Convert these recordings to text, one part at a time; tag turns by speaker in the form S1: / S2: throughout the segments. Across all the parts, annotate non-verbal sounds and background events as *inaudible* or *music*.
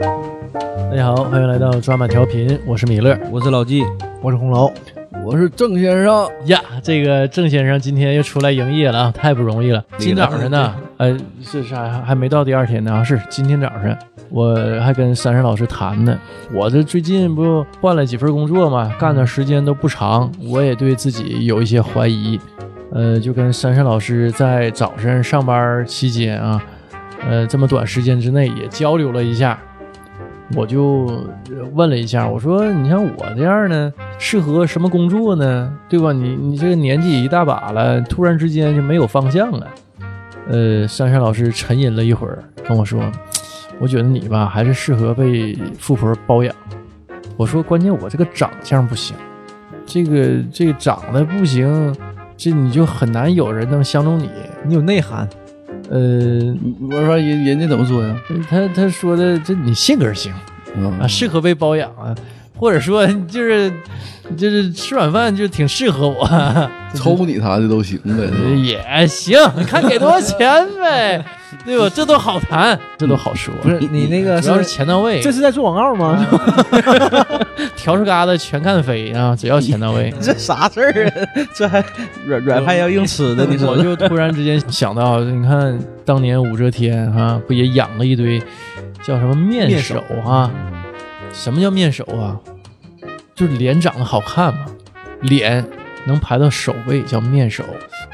S1: 大家好，欢迎来到抓马调频，我是米勒
S2: 我是老纪，
S3: 我是红楼，
S2: 我是郑先生。
S1: 呀。这个郑先生今天又出来营业了啊，太不容易了。今早上呢，呃，是啥还没到第二天呢啊？是今天早上，我还跟珊珊老师谈呢。我这最近不换了几份工作嘛，干的时间都不长，我也对自己有一些怀疑。呃，就跟珊珊老师在早上上班期间啊，呃，这么短时间之内也交流了一下。我就呃问了一下，我说：“你像我这样呢，适合什么工作呢？对吧？你你这个年纪一大把了，突然之间就没有方向了。”呃，珊珊老师沉吟了一会儿，跟我说：“我觉得你吧，还是适合被富婆包养。”我说：“关键我这个长相不行，这个这个长得不行，这你就很难有人能相中你。
S3: 你有内涵，
S1: 呃，
S2: 我说人人家怎么说呀？
S1: 他他说的这你性格行。”
S2: 嗯
S1: 啊，适合被包养啊，或者说 *laughs* 就是就是吃软饭就挺适合我， *laughs*
S2: 啊抽你啥的都行呗。是吧
S1: 也行，看给多少钱 *laughs* 呗，对吧？这都好谈，这都好说。
S3: 不是你那个
S1: 主要是
S3: 是啊
S1: 钱到位，
S3: 这是在做广告吗？
S1: 笤帚疙瘩全看飞啊！只要钱到位，
S3: 这啥事儿啊？这还软软饭要硬吃的，你说
S1: 我就突然之间想到， *laughs* 你看当年武则天哈、不也养了一堆叫什么面
S3: 面
S1: 首啊？什么叫面首啊？就是脸长得好看嘛，脸能排到首位叫面首。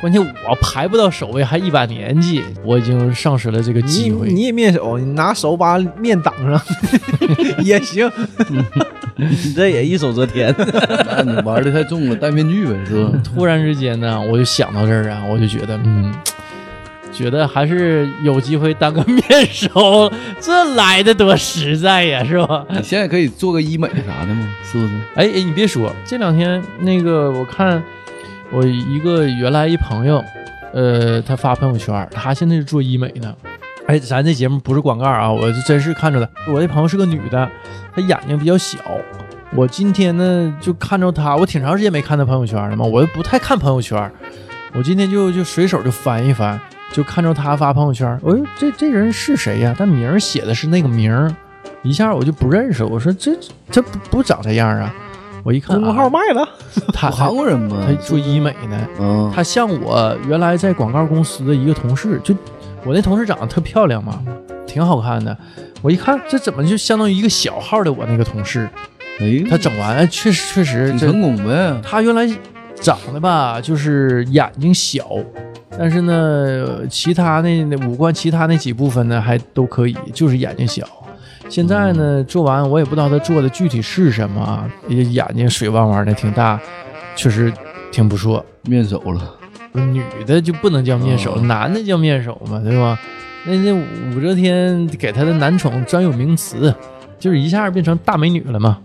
S1: 关键我排不到首位，还一把年纪，我已经丧失了这个
S3: 你
S1: 机会。
S3: 你也面手，你拿手把面挡上 *laughs* 也行， *laughs* 你这也一手遮天。
S2: 那 *laughs* 你玩的太重了，戴面具呗，是吧？
S1: 突然之间呢，我就想到这儿啊，我就觉得，嗯，觉得还是有机会当个 *laughs* 面首，这来的多实在呀，是吧？
S2: *laughs* 你现在可以做个医美啥的吗？是不是？
S1: 哎哎，你别说，这两天那个我看我一个原来一朋友，呃，他发朋友圈，他现在是做医美呢。哎，咱这节目不是广告啊，我是真是看着的。我这朋友是个女的，她眼睛比较小。我今天呢就看着她，我挺长时间没看她朋友圈了嘛，我又不太看朋友圈，我今天就就随手就翻一翻，就看着她发朋友圈，我、说这这人是谁呀、但名儿写的是那个名儿，一下我就不认识。我说这这不不长这样啊！我一看、啊
S3: 公众号卖了，
S1: 他他
S2: 韩国人吗
S1: 他？做医美呢，
S2: 嗯，
S1: 他像我原来在广告公司的一个同事，就我那同事长得特漂亮嘛，挺好看的。我一看，这怎么就相当于一个小号的我那个同事？
S2: 哎，
S1: 他整完，哎确实确实
S4: 嗯
S2: 挺
S1: 这
S2: 成功呗。
S1: 他原来长得吧，就是眼睛小，但是呢，其他那那五官其他那几部分呢还都可以，就是眼睛小。现在呢，做完我也不知道他做的具体是什么啊，也眼睛水汪汪的，挺大，确实挺不错。
S2: 面熟了，
S1: 女的就不能叫面首，
S2: 哦
S1: 男的叫面首嘛，对吧？那那武则天给她的男宠专有名词，就是一下变成大美女了嘛。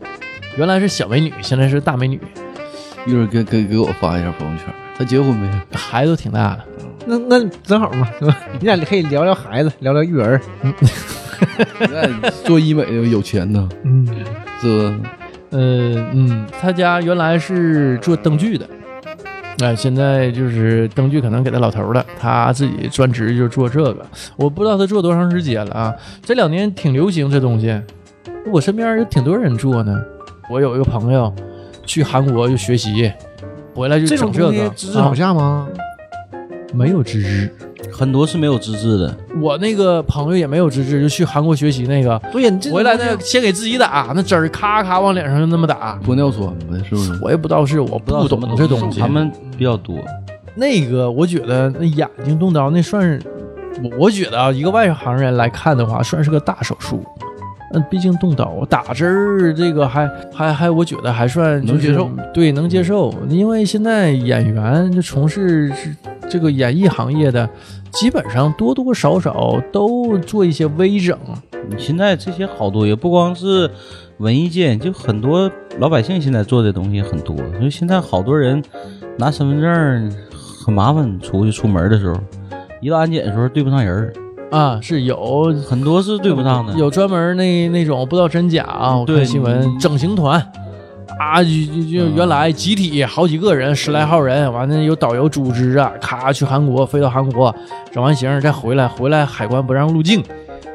S1: 原来是小美女，现在是大美女，
S2: 一会儿给给给我发一下朋友圈。他结婚没？
S1: 孩子都挺大的。
S3: 那那正好嘛，是吧？你俩可以聊聊孩子，聊聊育儿。
S2: *laughs* 那做医美的有钱呢，
S1: 嗯，
S2: 是吧？
S1: 呃，嗯，他家原来是做灯具的，哎、现在就是灯具可能给他老头了，他自己专职就做这个。我不知道他做多长时间了啊，这两年挺流行这东西，我身边有挺多人做呢。我有一个朋友去韩国就学习，回来就
S3: 这
S1: 整
S3: 种
S1: 这
S3: 东西
S1: 个，
S3: 资质好
S1: 啊
S3: 下吗？
S1: 没有资质。
S4: 很多是没有资质的，
S1: 我那个朋友也没有资质，就去韩国学习那个，
S3: 啊对呀，你这
S1: 回来呢
S3: 呢，
S1: 先给自己打那针儿，咔咔往脸上就那么打。
S2: 玻尿酸呗，是不是？
S1: 我也不知道是我
S4: 不知道
S1: 不
S4: 什么
S1: 懂这东西。
S4: 他们比较多。
S1: 那个，我觉得那眼睛动刀那算是，我我觉得啊，一个外行人来看的话，算是个大手术。嗯，毕竟动刀打针儿，这个还还还，我觉得还算、
S2: 能
S1: 就是
S2: 接受，
S1: 对，能接受。因为现在演员就从事这这个演艺行业的，基本上多多少少都做一些微整。
S4: 你现在这些好多，也不光是文艺界，就很多老百姓现在做的东西很多。因为现在好多人拿身份证儿很麻烦，出去出门的时候，一到安检的时候对不上人儿，
S1: 啊，是有
S4: 很多是对不上的。
S1: 有专门那那种不知道真假啊，我看
S4: 嗯对
S1: 新闻整形团，啊，就就就原来集体好几个人，十来号人，完了有导游组织啊，咔去韩国，飞到韩国，整完型儿再回来，回来海关不让入境，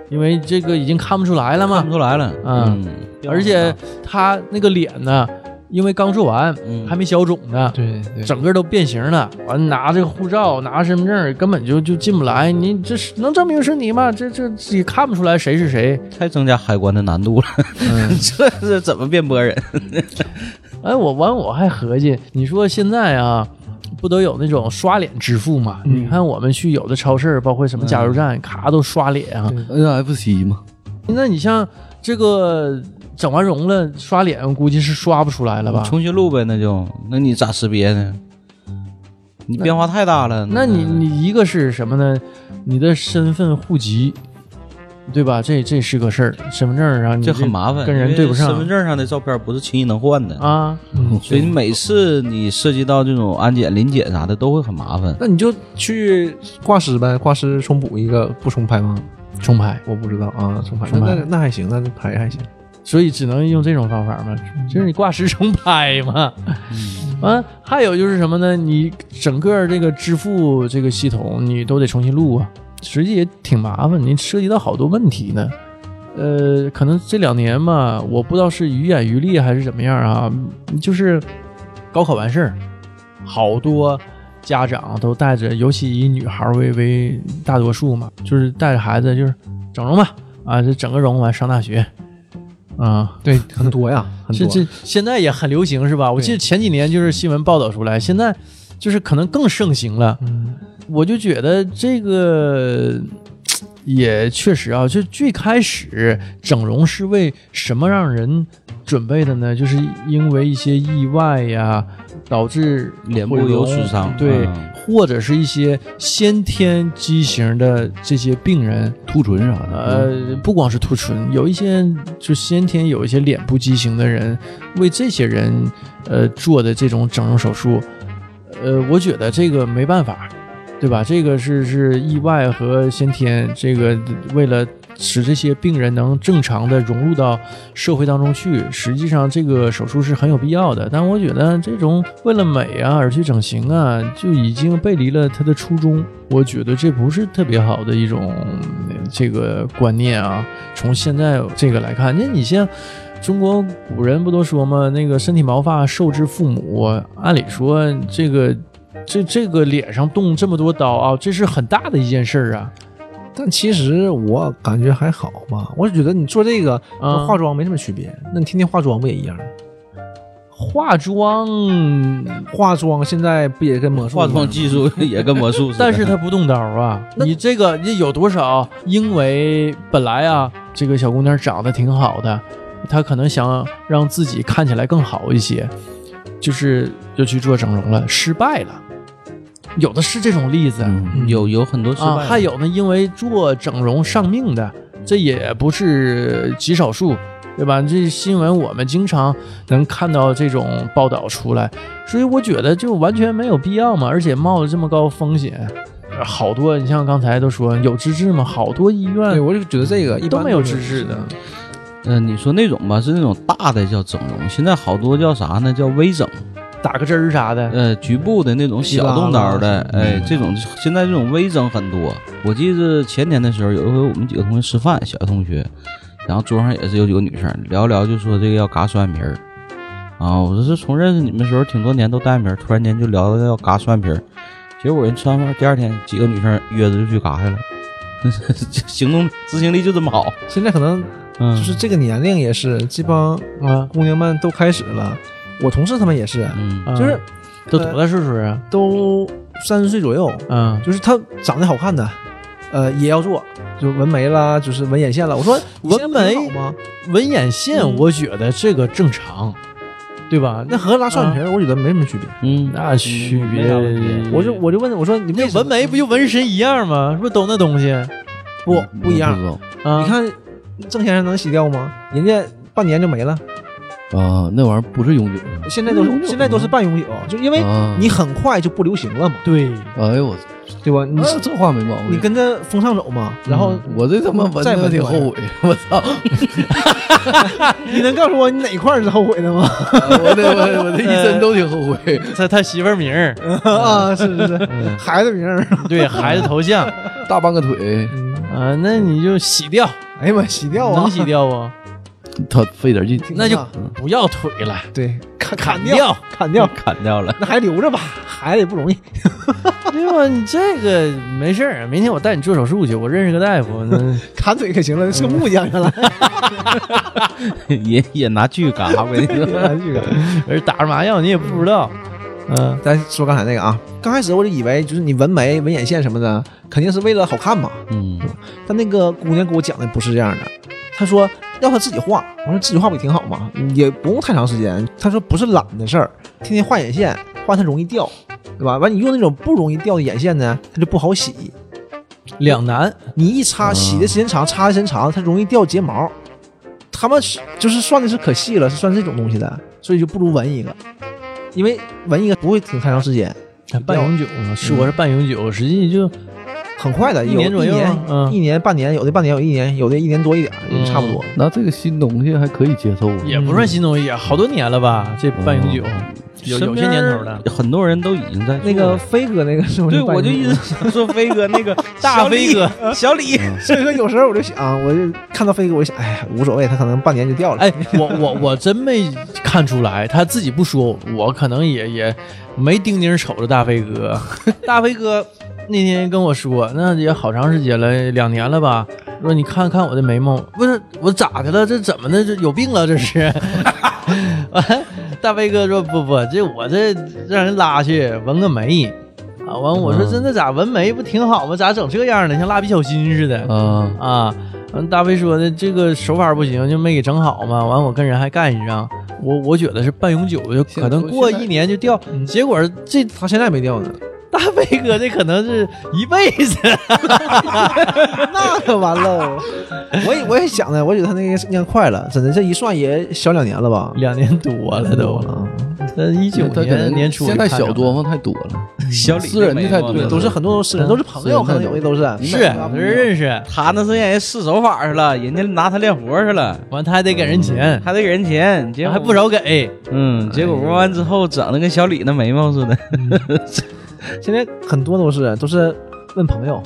S1: 因为这个已经看不出来了
S4: 看
S1: 嘛
S4: 不。出来了，
S1: 嗯
S4: 嗯，
S1: 而
S3: 啊
S1: 且他那个脸呢，因为刚做完
S4: 嗯
S1: 还没消肿呢，
S2: 对对，
S1: 整个都变形了。完拿这个护照，拿身份证，根本就就进不来。你这是能证明是你吗？这这也看不出来谁是谁。
S4: 太增加海关的难度了， *laughs* 这是怎么辩驳人？
S1: 哎，我完我还合计，你说现在啊，不都有那种刷脸支付吗？
S4: 嗯
S1: 你看我们去有的超市，包括什么加油站，咔、都刷脸啊。
S2: NFC 嘛，
S1: 那你像这个整完容了刷脸，我估计是刷不出来了吧？
S4: 嗯重新录呗，那就那你咋识别呢？你变化太大了。
S1: 那你你一个是什么呢？你的身份户籍，对吧？这这是个事儿，身份证儿啊，你
S4: 这很麻烦，
S1: 跟人对不上
S4: 因为身份证上的照片不是轻易能换的。
S1: 啊。
S4: 所
S2: 嗯
S4: 以你每次你涉及到这种安检、临检啥的，都会很麻烦。
S3: 那你就去 *laughs* 挂失呗，挂失重补一个，不重拍吗？
S1: 重拍，
S3: 我不知道啊，重拍
S1: 重拍
S3: 那那那还行，那就拍还行。
S1: 所以只能用这种方法嘛，就是你挂失重拍嘛。啊，还有就是什么呢？你整个这个支付这个系统，你都得重新录啊，实际也挺麻烦，你涉及到好多问题呢。呃，可能这两年嘛，我不知道是于眼于利还是怎么样啊，就是高考完事儿，好多家长都带着，尤其以女孩儿为为大多数嘛，就是带着孩子就是整容吧，啊，这整个容完上大学，啊，
S3: 对，很多呀，很
S1: 这
S3: 多。
S1: 这现在也很流行是吧？我记得前几年
S4: 嗯
S1: 就是新闻报道出来，现在就是可能更盛行了。
S3: 嗯
S1: 我就觉得这个也确实啊，就最开始整容是为什么让人准备的呢？就是因为一些意外呀，导致
S4: 脸部
S1: 毁容
S4: 有损伤
S1: 对，
S4: 嗯
S1: 或者是一些先天畸形的这些病人，
S2: 兔唇
S4: 嗯
S2: 啥的，嗯
S1: 呃，不光是凸唇，有一些就先天有一些脸部畸形的人，为这些人呃做的这种整容手术，呃，我觉得这个没办法，对吧？这个是是意外和先天，这个为了使这些病人能正常的融入到社会当中去，实际上这个手术是很有必要的。但我觉得这种为了美啊而去整形啊，就已经背离了他的初衷。我觉得这不是特别好的一种呃这个观念啊。从现在这个来看，那你像中国古人不都说吗？那个身体毛发受之父母，按理说这个这这个脸上动这么多刀啊，这是很大的一件事儿啊。
S3: 但其实我感觉还好吧，我只觉得你做这个
S1: 嗯
S3: 跟化妆没什么区别，那你天天化妆不也一样？
S1: 化妆，
S3: 化妆现在不也跟魔术一
S4: 化
S3: 样吗？
S4: 妆技术
S2: 嗯
S4: 也跟魔术似的，
S1: 但是他不动刀啊。
S3: 那
S1: 你这个你有多少？因为本来啊，这个小姑娘长得挺好的，她可能想让自己看起来更好一些，就是就去做整容了，失败了。有的是这种例子，
S4: 嗯
S3: 嗯
S4: 有有很多失败
S1: 啊，
S4: 的。
S1: 还有呢，因为做整容丧命的，这也不是极少数，对吧？这新闻我们经常能看到这种报道出来，所以我觉得就完全没有必要嘛，而且冒着这么高风险，呃好多你像刚才都说有资质嘛，好多医
S3: 对，
S1: 院
S3: 我就觉得这个一般
S1: 都没有
S3: 是
S1: 资质的，
S4: 嗯、你说那种吧，是那种大的叫整容，现在好多叫啥呢？叫微整，
S1: 打个针儿啥的，
S4: 呃，局部的那种小动刀的，哎，
S2: 嗯
S4: 这种现在这种微整很多。我记得前年的时候，有一回我们几个同学吃饭，小学同学，然后桌上也是有几个女生，聊一聊就说这个要嘎双眼皮儿。啊，我说是从认识你们的时候挺多年都单眼皮儿，突然间就聊到要嘎双眼皮儿，结果人吃完饭第二天几个女生约着就去嘎去了， *laughs* 这行动执行力就这么好，
S3: 现在可能
S4: 嗯，
S3: 就是这个年龄也是，这帮
S1: 啊，
S3: 姑娘们都开始了。我同事他们也是，
S4: 嗯
S1: 啊
S3: 就是呃
S1: 都多大岁数啊？
S3: 都三十岁左右，
S1: 嗯，
S3: 就是她长得好看的，呃，也要做，就纹眉啦，就是纹眼线了。我说你现在
S1: 纹眉
S3: 不挺好吗？
S1: 纹眼线，
S3: 嗯
S1: 我觉得这个正常，对吧？啊
S3: 那和拉双眼皮儿，我觉得没什么区别。
S4: 嗯，
S1: 那区
S4: 没
S1: 别
S4: 啥问题，
S3: 我就
S2: 嗯
S3: 我就问我说你为
S1: 那
S3: 什么
S1: 纹眉不就纹身一样吗？是不是都那东西？啊，
S2: 嗯
S3: 不
S4: 嗯
S3: 不一样？
S2: 我不知道
S3: 你看郑先生能洗掉吗？人家半年就没了。
S2: 啊，那玩意儿不是永久的。
S3: 现在都是现在都是半永久，就因
S4: 哎
S3: 为
S2: 啊，
S3: 你很快就不流行了嘛，
S1: 对，
S2: 哎呦我，
S3: 对吧？你
S2: 那这话没毛病。
S3: 你跟着风尚走嘛，然后
S2: 嗯我这他妈闻
S3: 再
S2: 着
S3: 闻
S2: 挺
S3: 这玩
S1: 啊
S3: 意儿
S2: 后悔，我
S1: *laughs*
S2: 操！
S3: 你能告诉我你哪块儿是后悔的吗？
S2: 我这我我这一身都挺后悔。
S1: 他他媳妇儿名
S3: *laughs*
S1: 儿，
S2: 嗯
S3: 啊，是是是，孩子名儿。
S1: 对孩子头像
S2: *laughs* 大半个腿，
S1: 啊，那你就洗掉，
S3: 哎呀妈，洗掉啊！
S1: 能洗掉
S3: *laughs*
S1: 不？
S2: 他费点劲。
S3: 挺
S1: 那就
S3: 大
S1: 不要腿了，
S3: 对，砍砍
S1: 掉
S3: 掉，砍掉，
S4: 砍掉了。
S3: 那还留着吧，
S2: *laughs*
S3: 孩子也不容易。
S1: 对吧？你这个没事儿，明天我带你做手术去，我认识个大夫，
S3: *laughs*
S1: 那
S3: 砍腿可行了，是个木匠原来。
S4: 也也拿锯嘎，我跟
S1: *laughs*
S4: 你
S2: *laughs*
S4: 说，
S1: 而打着麻药你也不知道，嗯、
S3: 咱说刚才那个啊，刚开始我就以为就是你纹眉、纹眼线什么的，肯定是为了好看嘛。
S4: 嗯，
S1: *laughs*
S3: 但那个姑娘给我讲的不是这样的，她说要她自己画，我说自己画不也挺好吗？也不用太长时间。她说不是懒的事儿，天天画眼线，画它容易掉，对吧？完你用那种不容易掉的眼线呢，它就不好洗。
S1: 两难。
S3: 你一擦洗的时间长，擦的时间长，它容易掉睫毛。他们是就是算的是可细了，是算这种东西的，所以就不如纹一个，因为纹一个不会挺太长时间，
S1: 半永久嘛，说是半永久，实际就
S3: 很快的，
S1: 一
S3: 有
S1: 年左右
S3: 嗯哎一
S1: 啊
S3: 年、
S1: 嗯
S3: 一年半年，有的半年，有一年，有的一年多一点，
S1: 嗯
S3: 差不多。
S2: 那这个新东西还可以接受嗯啊，
S1: 也不算新东西，也好多年了吧？这半永久
S3: 嗯
S1: 有有些年头了。，
S4: 很多人都已经在做
S3: 那个
S4: 了。
S3: 飞哥那个是不是
S4: 对，
S3: 半
S4: 我就
S3: 年
S4: 一直想说飞哥
S2: *laughs*
S4: 那个
S1: 大飞哥，
S4: 小李，
S3: 所以说有时候我就想，我就看到飞哥，我就想，哎呀，无所谓，他可能半年就掉了。
S1: 哎，我我我真没看出来，他自己不说，我可能也也没盯盯瞅着大飞哥。 *laughs* 大飞哥那天跟我说，那也好长时间了，两年了吧？说你看看我的眉毛，不是我咋的了？这怎么的？这有病了？这是。 *laughs* 大飞哥说不不，这我这让人拉去纹个眉啊！完我说真的咋纹眉不挺好吗？咋整这样呢？像蜡笔小新似的。
S2: 啊，
S1: 啊，完大飞说的这个手法不行，就没给整好嘛。完我跟人还干一仗，我我觉得是半永久，就可能过一年就掉。结果这
S3: 他现在没掉呢，
S1: 大飞哥这可能是一辈子。
S3: 那可完喽。我也我也想呢，我觉得他那个时间快了，真的，这一算也小两年了吧？
S1: 两年多了都，
S3: 啊，
S1: 他一九
S2: 他可
S1: 年
S2: 能
S1: 年初
S2: 现在小
S1: 多
S2: 作坊太多了，
S4: 小李
S2: 私人的态度
S4: 对
S3: 都是很多都是私人，都是朋友，可能有的都是。
S1: 嗯是，人认识，
S4: 他那是让人试手法去了，人家拿他练活去了，
S1: 完他还得给人钱，
S4: 还得给人钱，结果
S1: 还不。少给。
S4: 嗯，结
S3: 哎
S4: 果纹完之后整的跟小李那眉毛似的。
S3: 现在很多都是都是问朋友，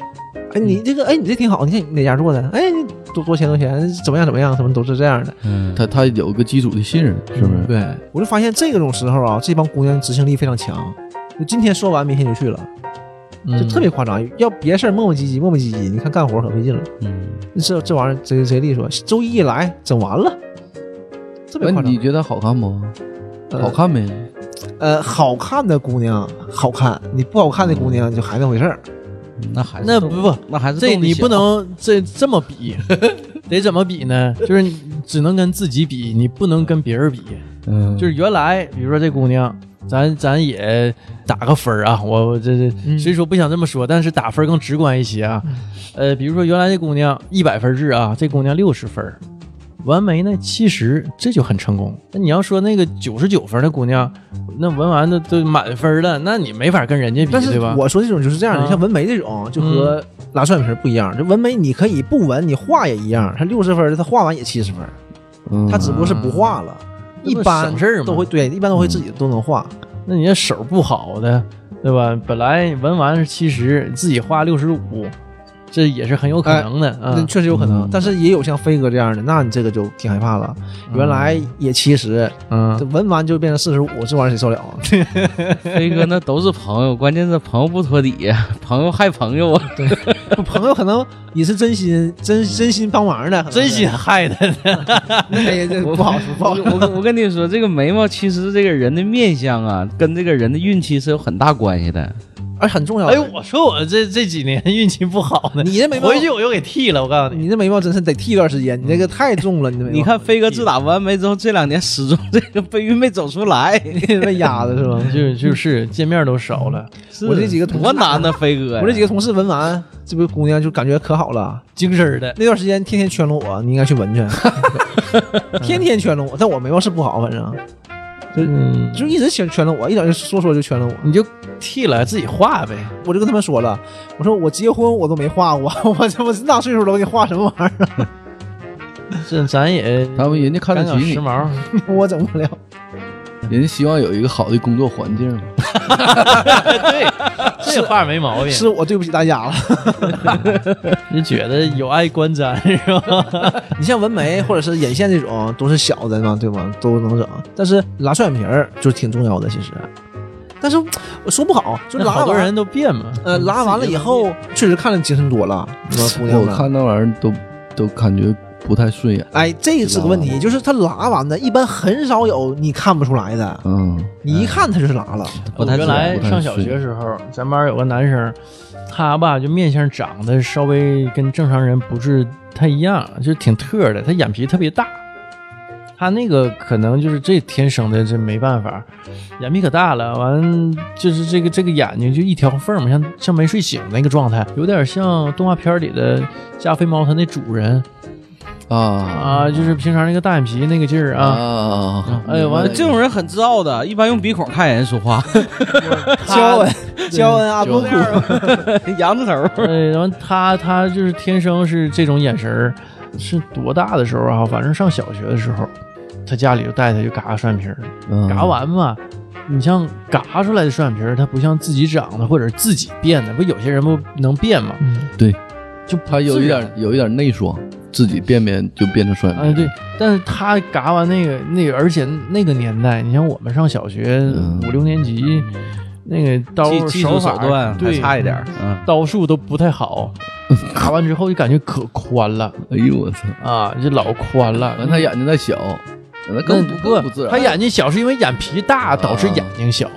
S3: 哎，你
S1: 嗯
S3: 这个哎，你这挺好，你看你哪家做的？哎，你多多钱多钱，怎么样怎么样，什么都是这样的。
S4: 嗯，
S2: 他他有个基础的信任，是不是？
S3: 对，我就发现这种时候啊，这帮姑娘执行力非常强，就今天说完，明天就去了，
S1: 嗯
S3: 就特别夸张。要别事儿磨磨唧唧，磨磨唧唧，你看干活可费劲了。
S4: 嗯，
S3: 这这玩意儿，贼贼利索，周一一来整完了，特别
S2: 那
S3: 夸张
S2: 你。觉得好看不？
S3: 呃
S2: 好看呗，
S3: 呃，好看的姑娘好看，你不好看的姑
S1: 嗯
S3: 娘就还那回事儿。
S4: 那还是
S1: 那
S4: 动
S1: 不不，
S4: 那还是
S1: 这
S4: 动力
S1: 你
S4: 小
S1: 不能这这么比， *laughs* 得怎么比呢？就是你只能跟自己比，你不能跟别人比。
S2: 嗯，
S1: 就是原来，比如说这姑娘，咱咱也打个分儿啊，我我这
S3: 嗯
S1: 这虽说不想这么说，但是打分儿更直观一些啊。呃，比如说原来这姑娘一百分制啊，这姑娘六十分儿，纹眉呢七十，这就很成功。那你要说那个九十九分儿的姑娘，那纹完的都满分儿了，那你没法跟人家比，
S3: 但是
S1: 对吧？嗯
S3: 我说这种就是这样的，
S1: 啊
S3: 像纹眉这种就和拉双眼皮儿不一样。这纹眉你可以不纹，你画也一样。他六十分儿，他画完也七十分儿，
S2: 嗯
S3: 他只不过是不画了。
S1: 嗯那
S3: 一
S1: 不
S3: 般
S1: 省事儿嘛
S3: 都会对，一般都会自己都能画。
S1: 那你这手不好的，对吧？本来纹完是七十，自己画六十五，这也是很有可能的啊。
S3: 哎那确实有可能
S2: 嗯，
S3: 但是也有像飞哥这样的，那你这个就挺害怕了。原来也七十，
S1: 嗯
S3: 这，纹完就变成四十五，这玩意儿谁受了啊？
S4: 飞哥那都是朋友，关键是朋友不托底呀，朋友害朋友啊。
S3: 朋友可能也是真心真真心帮忙的，可能是
S1: 真心。啊害的呢。
S3: 哎呀，这不好不好
S4: 我。我我跟你说，这个眉毛其实这个人的面相啊，跟这个人的运气是有很大关系的。
S3: 而且很重要。
S1: 哎，，我说我这这几年运气不好呢，
S3: 你这眉毛
S1: 回去我又给剃了。我告诉你，
S3: 你这眉毛真是得剃一段时间，你这个太重了，你这眉毛
S4: 你看飞哥自打完美之后，这两年始终这个备孕没走出
S3: *laughs*
S4: 来。
S3: 被压的是吧？
S1: 就就是见面都少了，
S3: 我这几个同事
S4: 多
S3: *laughs*
S4: 难呢，飞哥
S3: *laughs*
S4: 呀！
S3: 我这几个同事纹完，这不姑娘就感觉可好了。
S1: 精神儿的。
S3: 那段时间天天圈拢我，你应该去闻去，天天圈拢我。但我眉毛是不好，反正
S1: 嗯，
S3: 就一直圈圈拢我，一点就说说就圈拢我。
S1: 你就剃了自己画呗。
S3: 我就跟他们说了，我说我结婚我都没画过， *laughs* 我这我这么大岁数了，我给你画什么玩意
S1: *laughs* 这咱也
S2: 他们人家看得
S1: 赶
S2: 起
S1: 赶
S2: 你
S1: 时，髦，
S3: 儿？ *laughs* 我整不了。
S2: 人家希望有一个好的工作环境嘛。
S1: *laughs* 对，这话没毛病。
S3: 是我对不起大家了。
S1: 就觉得有碍观瞻是吧？
S3: 你像纹眉或者是眼线这种，都是小的嘛，对吧？都能整。但是拉双眼皮儿就挺重要的，其实。但是我说不好，就
S1: 那
S3: 拉
S1: 好多
S3: 完
S1: 人都变嘛。
S3: 呃，拉完了以后，确实看着精神多了，是吧，姑娘
S2: 我
S3: 们？
S2: 看那玩意儿都都感觉不太顺眼。
S3: 哎，这是个问题，就是他拉完的，一般很少有你看不出来的，
S2: 嗯，
S3: 你一看他就是拉了。
S4: 不太自
S1: 原
S4: 然
S1: 来上小学时候，咱班有个男生，他吧就面相长得稍微跟正常人不是太一样，就挺特的，他眼皮特别大。他那个可能就是这天生的，这没办法，眼皮可大了，完就是这个这个眼睛就一条缝儿，像像没睡醒那个状态，有点像动画片里的加菲猫它那主人
S2: 啊
S1: 啊，就是平常那个大眼皮那个劲儿啊
S2: 啊！
S1: 哎呀，完了
S4: 嗯这种人很自傲的，一般用鼻孔看人说话， *laughs*
S3: 肖恩，肖恩阿布库，
S4: 扬着
S1: *laughs*
S4: 头。
S1: 呃，然后他他就是天生是这种眼神儿，是多大的时候啊？反正上小学的时候，他家里就带他去嘎双眼皮儿，
S2: 嗯
S1: 嘎完嘛，你像嘎出来的双眼皮儿，它不像自己长的或者自己变的，不有些人不能变嘛？
S4: 嗯
S2: 对，
S1: 就
S2: 他有一
S1: 自然
S2: 点有一点内双，自己变变就变成双眼皮。
S1: 哎，
S4: 啊
S1: 对，但是他嘎完那个那个，而且那个年代，你像我们上小学
S2: 嗯
S1: 五六年级，那个刀
S4: 技技术手
S1: 法
S4: 段还
S1: 对
S4: 差一点儿，嗯，
S1: 刀术都不太好，嘎完之后就感觉可宽了。
S2: 哎呦我操！
S1: 啊，这老宽了。
S2: 完他眼睛再小，那更不更不自然。
S1: 他眼睛小是因为眼皮大导致眼睛小，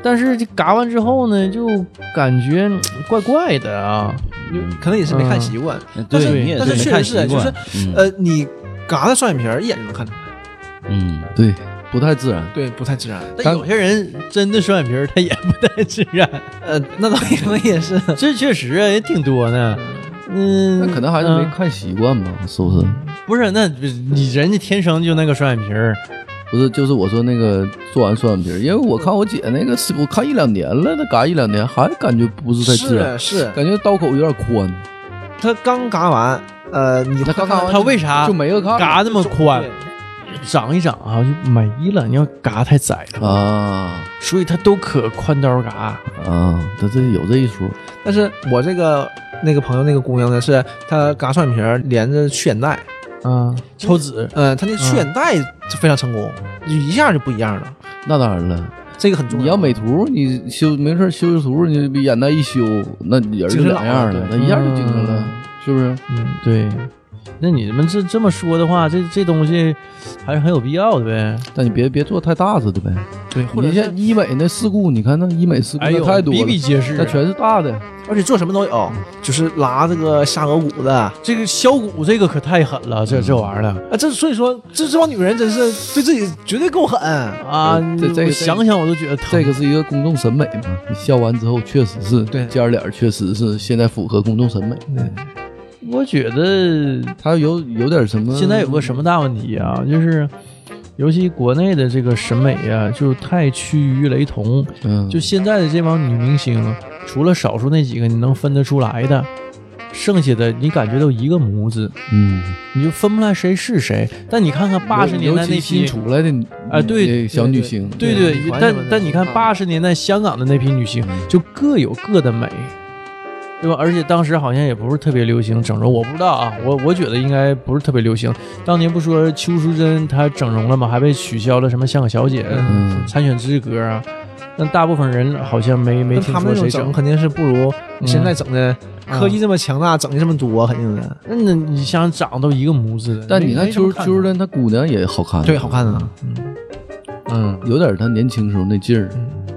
S1: 但是这嘎完之后呢，就感觉嗯怪怪的啊。
S3: 可能也是没看习惯。但是
S4: 对，你也
S3: 但
S4: 是
S3: 是
S4: 没
S3: 确
S4: 看
S3: 实是，
S4: 习
S3: 就
S4: 惯
S3: 是，呃，你嘎的双眼皮儿一眼就能看出来，
S4: 嗯，
S2: 对不太自然。
S3: 对，不太自然。
S1: 但有些人真的双眼皮儿，他也不太自然，
S3: 呃，那倒也可能也是，
S1: 这确实啊也挺多呢。嗯，
S2: 那可能还是没
S1: 嗯
S2: 看习惯吧，是不是？
S1: 不是，那你人家天生就那个双眼皮儿，
S2: 不是，就是我说那个做完双眼皮儿，因为我看我姐那个是，我看一两年了，那嘎一两年还感觉不是太自然，
S1: 啊
S3: 是是，
S2: 感觉刀口有点宽。
S3: 他刚嘎完，呃，你
S2: 他刚看完
S1: 他为啥
S2: 就没个看
S1: 嘎那么宽
S3: 对，
S1: 长一长啊就没了。你要嘎太窄了，
S2: 啊
S1: 所以他都可宽刀嘎。
S2: 啊！他这有这一说，
S3: 但是我这个那个朋友那个姑娘呢，是她嘎双眼皮儿连着去眼袋，
S1: 啊，抽脂
S3: 嗯、她那去眼袋就非常成功，就一下就不一样了，
S2: 那当然了。
S3: 这个很重
S2: 你要
S3: 美
S2: 美图，你修没事儿修修图，你比眼袋一修，那人就两样了，那一样就精神了，是不是？
S1: 嗯，对。那你们这这么说的话，这这东西还是很有必要的呗。
S2: 但你别别做太大似的呗。
S1: 对，或者
S2: 你像医美那事故，你看那医美事故
S1: 哎
S2: 那
S1: 呦，
S2: 太多
S1: 比
S2: 了，
S1: 比皆是啊。
S2: 那全是大的。
S3: 而且做什么都有，就是拉这个下颌骨的，啊，
S1: 这个削骨这个可太狠了，这这玩意儿了
S3: 这所以说这这帮女人真是对自己绝对够狠，
S1: 啊！
S2: 这这个
S1: 我想想我都觉得疼。
S2: 这个是一个公众审美嘛，你笑完之后确实是，
S3: 对
S2: 尖儿脸儿确实是现在符合公众审美。
S1: 我觉得
S2: 它有有点什么？
S1: 现在有个什么大问题啊，就是尤其国内的这个审美啊，就太趋于雷同。
S2: 嗯，
S1: 就现在的这帮女明星，除了少数那几个你能分得出来的，剩下的你感觉都一个模子。
S2: 嗯，
S1: 你就分不出来谁是谁。但你看看八十年代那
S2: 尤其新
S1: 批，
S2: 出来的
S1: 啊对
S2: 那小女星，
S1: 对
S3: 对
S1: 对
S3: 你，还
S1: 但
S3: 什么的
S1: 但你看八十年代香港的那批女星，就各有各的美，对吧？而且当时好像也不是特别流行整容，我不知道啊，我我觉得应该不是特别流行。当年不说邱淑贞她整容了吗？还被取消了什么香港小姐
S2: 嗯
S1: 参选资格啊？但大部分人好像没没
S3: 那
S1: 听
S3: 他
S1: 说
S3: 们那种
S1: 谁整
S3: 整。肯定是不如你现在整的、
S1: 嗯
S3: 科技这么强大，整的这么多，肯定的，
S1: 那那你想长都一个模子的，
S2: 但你
S1: 没
S2: 看
S1: 没什么
S2: 秋
S1: 看
S2: 秋
S1: 头
S2: 的她姑娘也好看，
S3: 对，好看啊。
S1: 嗯，
S2: 有点她年轻时候那劲儿，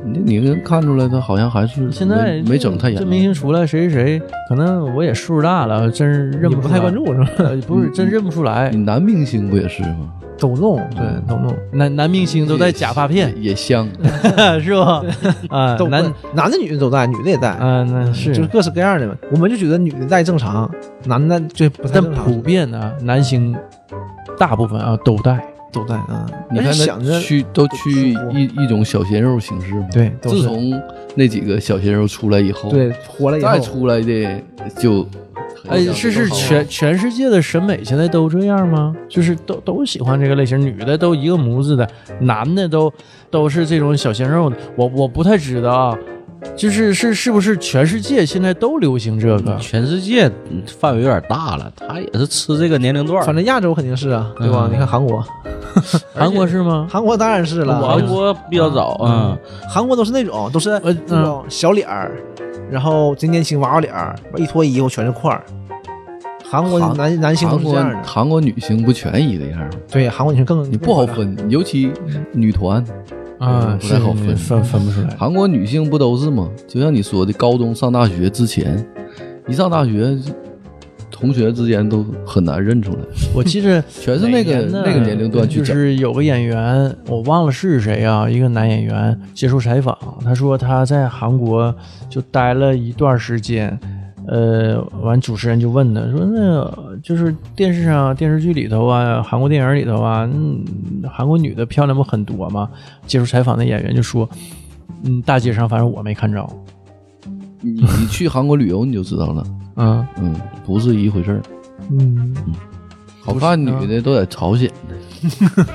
S2: 你你能看出来他好像还是
S1: 现在
S2: 没没整太严。
S1: 这明星出来谁谁谁，可能我也岁数大了，真是认
S3: 你
S1: 不
S3: 不
S1: 出来
S3: 太关，注是吧？
S1: 呃不是真认不出来
S2: 你，男明星不也是吗？
S1: 都弄对都弄，男男明星都戴假发片 *laughs*
S2: 也香，
S1: 是吧？ *laughs* 啊，
S3: 都
S1: 男
S3: 男的女的都戴，女的也戴，
S1: 啊那是
S3: 就是各式各样的嘛。我们就觉得女的戴正常，男的就不太
S1: 但
S3: 正常
S1: 普遍呢，男星大部分啊都戴，
S3: 都戴啊。
S2: 你
S3: 而
S2: 看
S3: 且想
S2: 他
S3: 着
S2: 趋都趋
S3: 舒服
S2: 一一种小鲜肉形式嘛。
S3: 对，都
S2: 自
S3: 是
S2: 从那几个小鲜肉出来以后，
S3: 对火了以后
S2: 再，出来的就
S1: 哎，是是全全世界的审美现在都这样吗？就是都都喜欢这个类型，女的都一个模子的，男的都都是这种小鲜肉的。我我不太知道啊，就是是是不是全世界现在都流行这个？
S4: 全世界嗯范围有点大了，他也是吃这个年龄段儿。
S3: 反正亚洲肯定是啊，对吧？
S4: 嗯
S3: 你看韩国，
S1: 韩国是吗？
S3: 韩国当然是了，
S4: 韩国比较早，嗯，
S3: 韩国都是那种都是
S1: 呃
S3: 那种
S2: 嗯
S3: 小脸儿，然后真年轻娃娃脸儿，一脱衣服全是块儿。韩国
S2: 韩
S3: 男男星都
S2: 韩
S3: 是这
S2: 国
S3: 样的，
S2: 韩国女星不全一个样吗？
S3: 对韩国女生更
S2: 你不好，分，尤其女团，
S1: 啊，
S2: 不太好分
S1: 是分分不出来。
S2: 韩国女性不都是吗？就像你说的，高中上大学之前，一上大学，同学之间都很难认出来，
S1: 我记着
S2: 全是
S1: 哪
S2: 那个
S1: 年呢
S2: 那个年龄段去
S1: 就
S2: 整。
S1: 是有个演员，我忘了是谁啊，一个男演员接受采访，他说他在韩国就待了一段时间。呃，完，主持人就问他说：“那就是电视上、电视剧里头啊，韩国电影里头啊，嗯，韩国女的漂亮不很多吗？”接受采访的演员就说：“嗯，大街上反正我没看着，
S2: 你你去韩国旅游你就知道了，
S1: 啊，
S2: 嗯，不是一回事儿。
S1: 嗯，
S2: 好看女的都在朝鲜呢，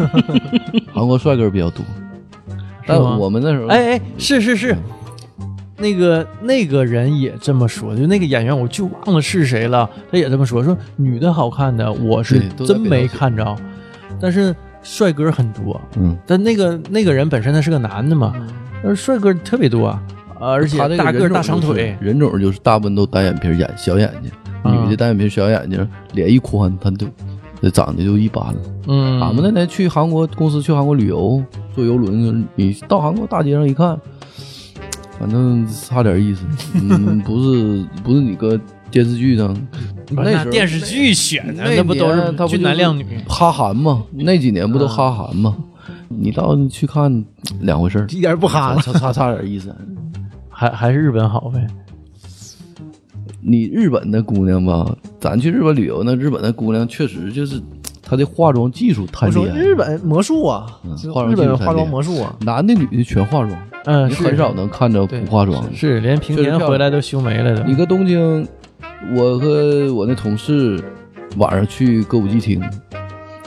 S2: 韩国帅哥比较多。但
S1: 是吗
S2: 我们那时候，，
S1: 哎哎，是是是，那个那个人也这么说，就那个演员，我就忘了是谁了，他也这么说，说女的好看的我是
S2: 对都在
S1: 真没看着，但是帅哥很多，
S2: 嗯，
S1: 但那个那个人本身他是个男的嘛，但是帅哥特别多，呃而且
S2: 他这
S1: 大
S2: 人
S1: 个儿
S2: 种
S1: 大长
S2: 就是
S1: 腿，
S2: 人种就是大部分都单眼皮儿眼小眼睛，女的单眼皮儿小眼睛，脸一宽，她就就长得就一般了。
S1: 嗯，
S2: 俺们啊那年去韩国公司去韩国旅游，坐游轮，你到韩国大街上一看，反正差点意思。嗯，不是不是你搁电视剧上，
S1: 不是
S2: 那时候
S1: 电视剧选的
S2: 那
S1: 那不都是
S2: 年他不
S1: 俊男
S2: 就是
S1: 靓女？
S2: 哈韩嘛，那几年不都哈韩嘛？你到那去看两回事儿，
S3: 一点儿不哈
S2: 差。差差差点意思。
S1: 还还是日本好呗？
S2: 你日本的姑娘吧，咱去日本旅游，那日本的姑娘确实就是她的化妆技术太
S3: 我说
S2: 厉害
S3: 日
S2: 了，
S3: 本魔术啊
S2: 嗯，
S3: 这
S2: 化妆
S3: 日
S2: 技术
S3: 本
S2: 太
S3: 化
S2: 厉
S3: 妆
S2: 害
S3: 魔术啊，
S2: 男的女的全化妆，
S1: 嗯，
S2: 你
S1: 是
S2: 很少能看着不化妆的。
S1: 是连平
S2: 确实
S1: 年
S2: 漂
S1: 回来
S2: 亮
S1: 都修没了
S2: 你
S1: 的，
S2: 搁东京，我和我那同事晚上去歌舞伎町，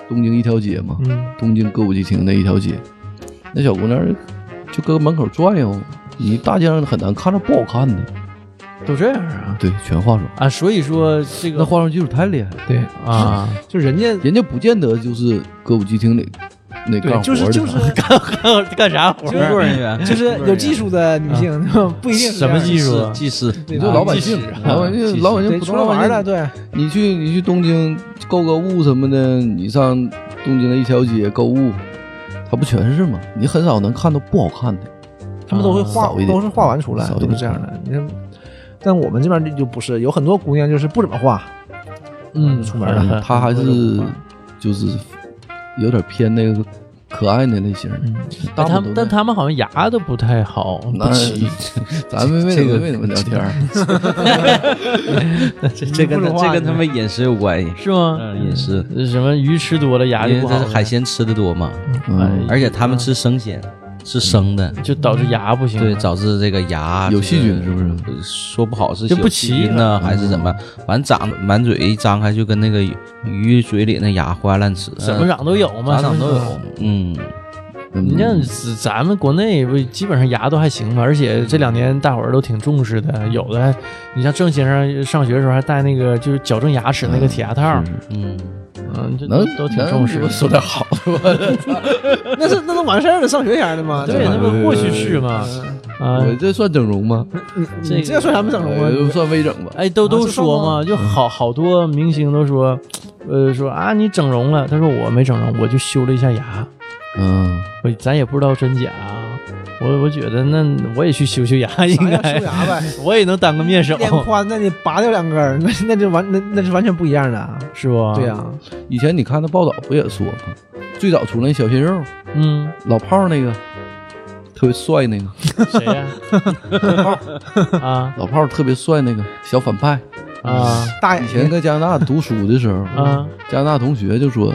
S2: 东京一条街嘛，
S1: 嗯，
S2: 东京歌舞伎町那一条街，那小姑娘就搁门口转悠，你大街上很难看着不好看的，
S1: 都这样啊
S2: 对，全化妆，
S1: 啊，所以说这
S2: 那
S1: 个
S2: 化妆技术太厉害了，
S3: 对，
S1: 啊。”
S3: 就人家
S2: 人家不见得就是歌舞伎町里那干活
S3: 对，
S2: 的，
S3: 就是就是
S1: *laughs* 干干啥活
S4: 工作人 *laughs* 员
S3: 就是有技术的女性，
S2: 嗯
S3: 不一定是
S1: 什么
S3: 这样
S1: 技术啊
S4: 技师，
S3: 对
S2: 你
S3: 吧
S2: 就老百
S1: 技
S2: 姓
S1: 师，
S2: 老百
S1: 技师
S2: 姓，老百姓
S3: 对
S2: 普
S3: 出
S2: 通
S3: 来
S2: 老
S3: 玩
S2: 百
S3: 儿啊
S2: 姓啊
S3: 的，对，
S2: 你去你去东京购个物什么的，你上东京的一条街购物，它不全是吗？你很少能看到不好看
S1: *laughs*
S2: 的。
S3: 他们都会
S2: 少
S3: 画
S2: 一，点
S3: 都是画完出来
S2: 少，一
S3: 都
S2: 点
S3: 是这样的。你看但我们这边就不是，有很多姑娘就是不怎么画，
S1: 嗯，
S3: 出门了
S2: 它还是就是有点偏那个可爱那类型。大
S1: 但嗯哎
S2: 部
S1: 他
S2: 分
S1: 们
S2: 都
S1: 但他们好像牙都不太好，
S4: 嗯
S2: 那 *laughs*
S1: 不齐。
S2: 咱们为
S4: 这个
S2: 为为怎么聊天儿？
S4: *laughs* 这这跟他这跟他们饮食有关系，
S1: 是吗？呃
S4: 嗯，饮食，
S1: 什么鱼吃多了牙
S4: 因
S1: 就
S4: 为
S1: 不
S4: 这
S1: 好，
S4: 海鲜吃的多嘛，
S1: 哎
S2: 嗯，
S4: 而且他们吃生鲜，吃生的，
S1: 就导致牙不行。
S4: 对，导致这个
S1: 啊
S4: 牙
S2: 有
S4: 这
S2: 细
S4: 个
S2: 菌是不是？
S4: 呃说不嗯好是
S1: 就
S4: 有
S1: 不
S4: 细
S1: 齐
S4: 菌呢，还是怎么？完长满嘴一张开就跟那个鱼嘴里那牙胡牙乱吃，
S1: 什么长都有嘛，
S4: 啥嗯长都
S1: 是不
S4: 有
S1: 是。，
S4: 嗯，
S1: 你
S2: 嗯
S1: 像咱咱们国内不基本上牙都还行吧，而且这两年大伙儿都挺重视的，有的还，你像郑先生上学的时候还戴那个就是矫正牙齿那个铁牙套，
S4: 嗯，
S1: 嗯，这都
S2: 能
S1: 都挺重视
S2: 能
S1: 的。
S2: 说点好的吧？
S3: 那是那都完事儿了，上学前儿的嘛，
S1: 啊对，那不过去式嘛，啊，
S2: 我这算整容吗？
S1: 这
S3: 你这算啥没整容啊？
S2: 我算微整吧。
S1: 哎，都
S3: 啊
S1: 都
S3: 就放
S1: 说
S3: 吗
S1: 嘛，就好好多明星都说，呃，说啊你整容了，他说我没整容，我就修了一下牙，
S2: 嗯，
S1: 我咱也不知道真假啊，我我觉得那我也去修修牙， *laughs* 应
S3: 啥样
S1: 该哦
S3: 修牙呗。
S1: 我也能当个面手，
S3: 面宽，那你拔掉两根儿，那那就完，那那是完全不一样的啊。
S1: 是不？
S3: 对呀、
S2: 以前你看那报道不也说吗？最早出来小鲜肉
S1: 嗯，
S2: 老炮儿那个，特别帅那个，
S1: 谁呀？ *laughs* 啊
S2: 老炮儿特别帅那个小反派。
S1: 啊
S3: 大
S2: 以
S3: 眼
S2: 前
S3: 睛，
S2: 在加拿大读书的时候，
S1: 嗯啊！
S2: *laughs*
S1: 嗯
S2: 加拿大同学就说，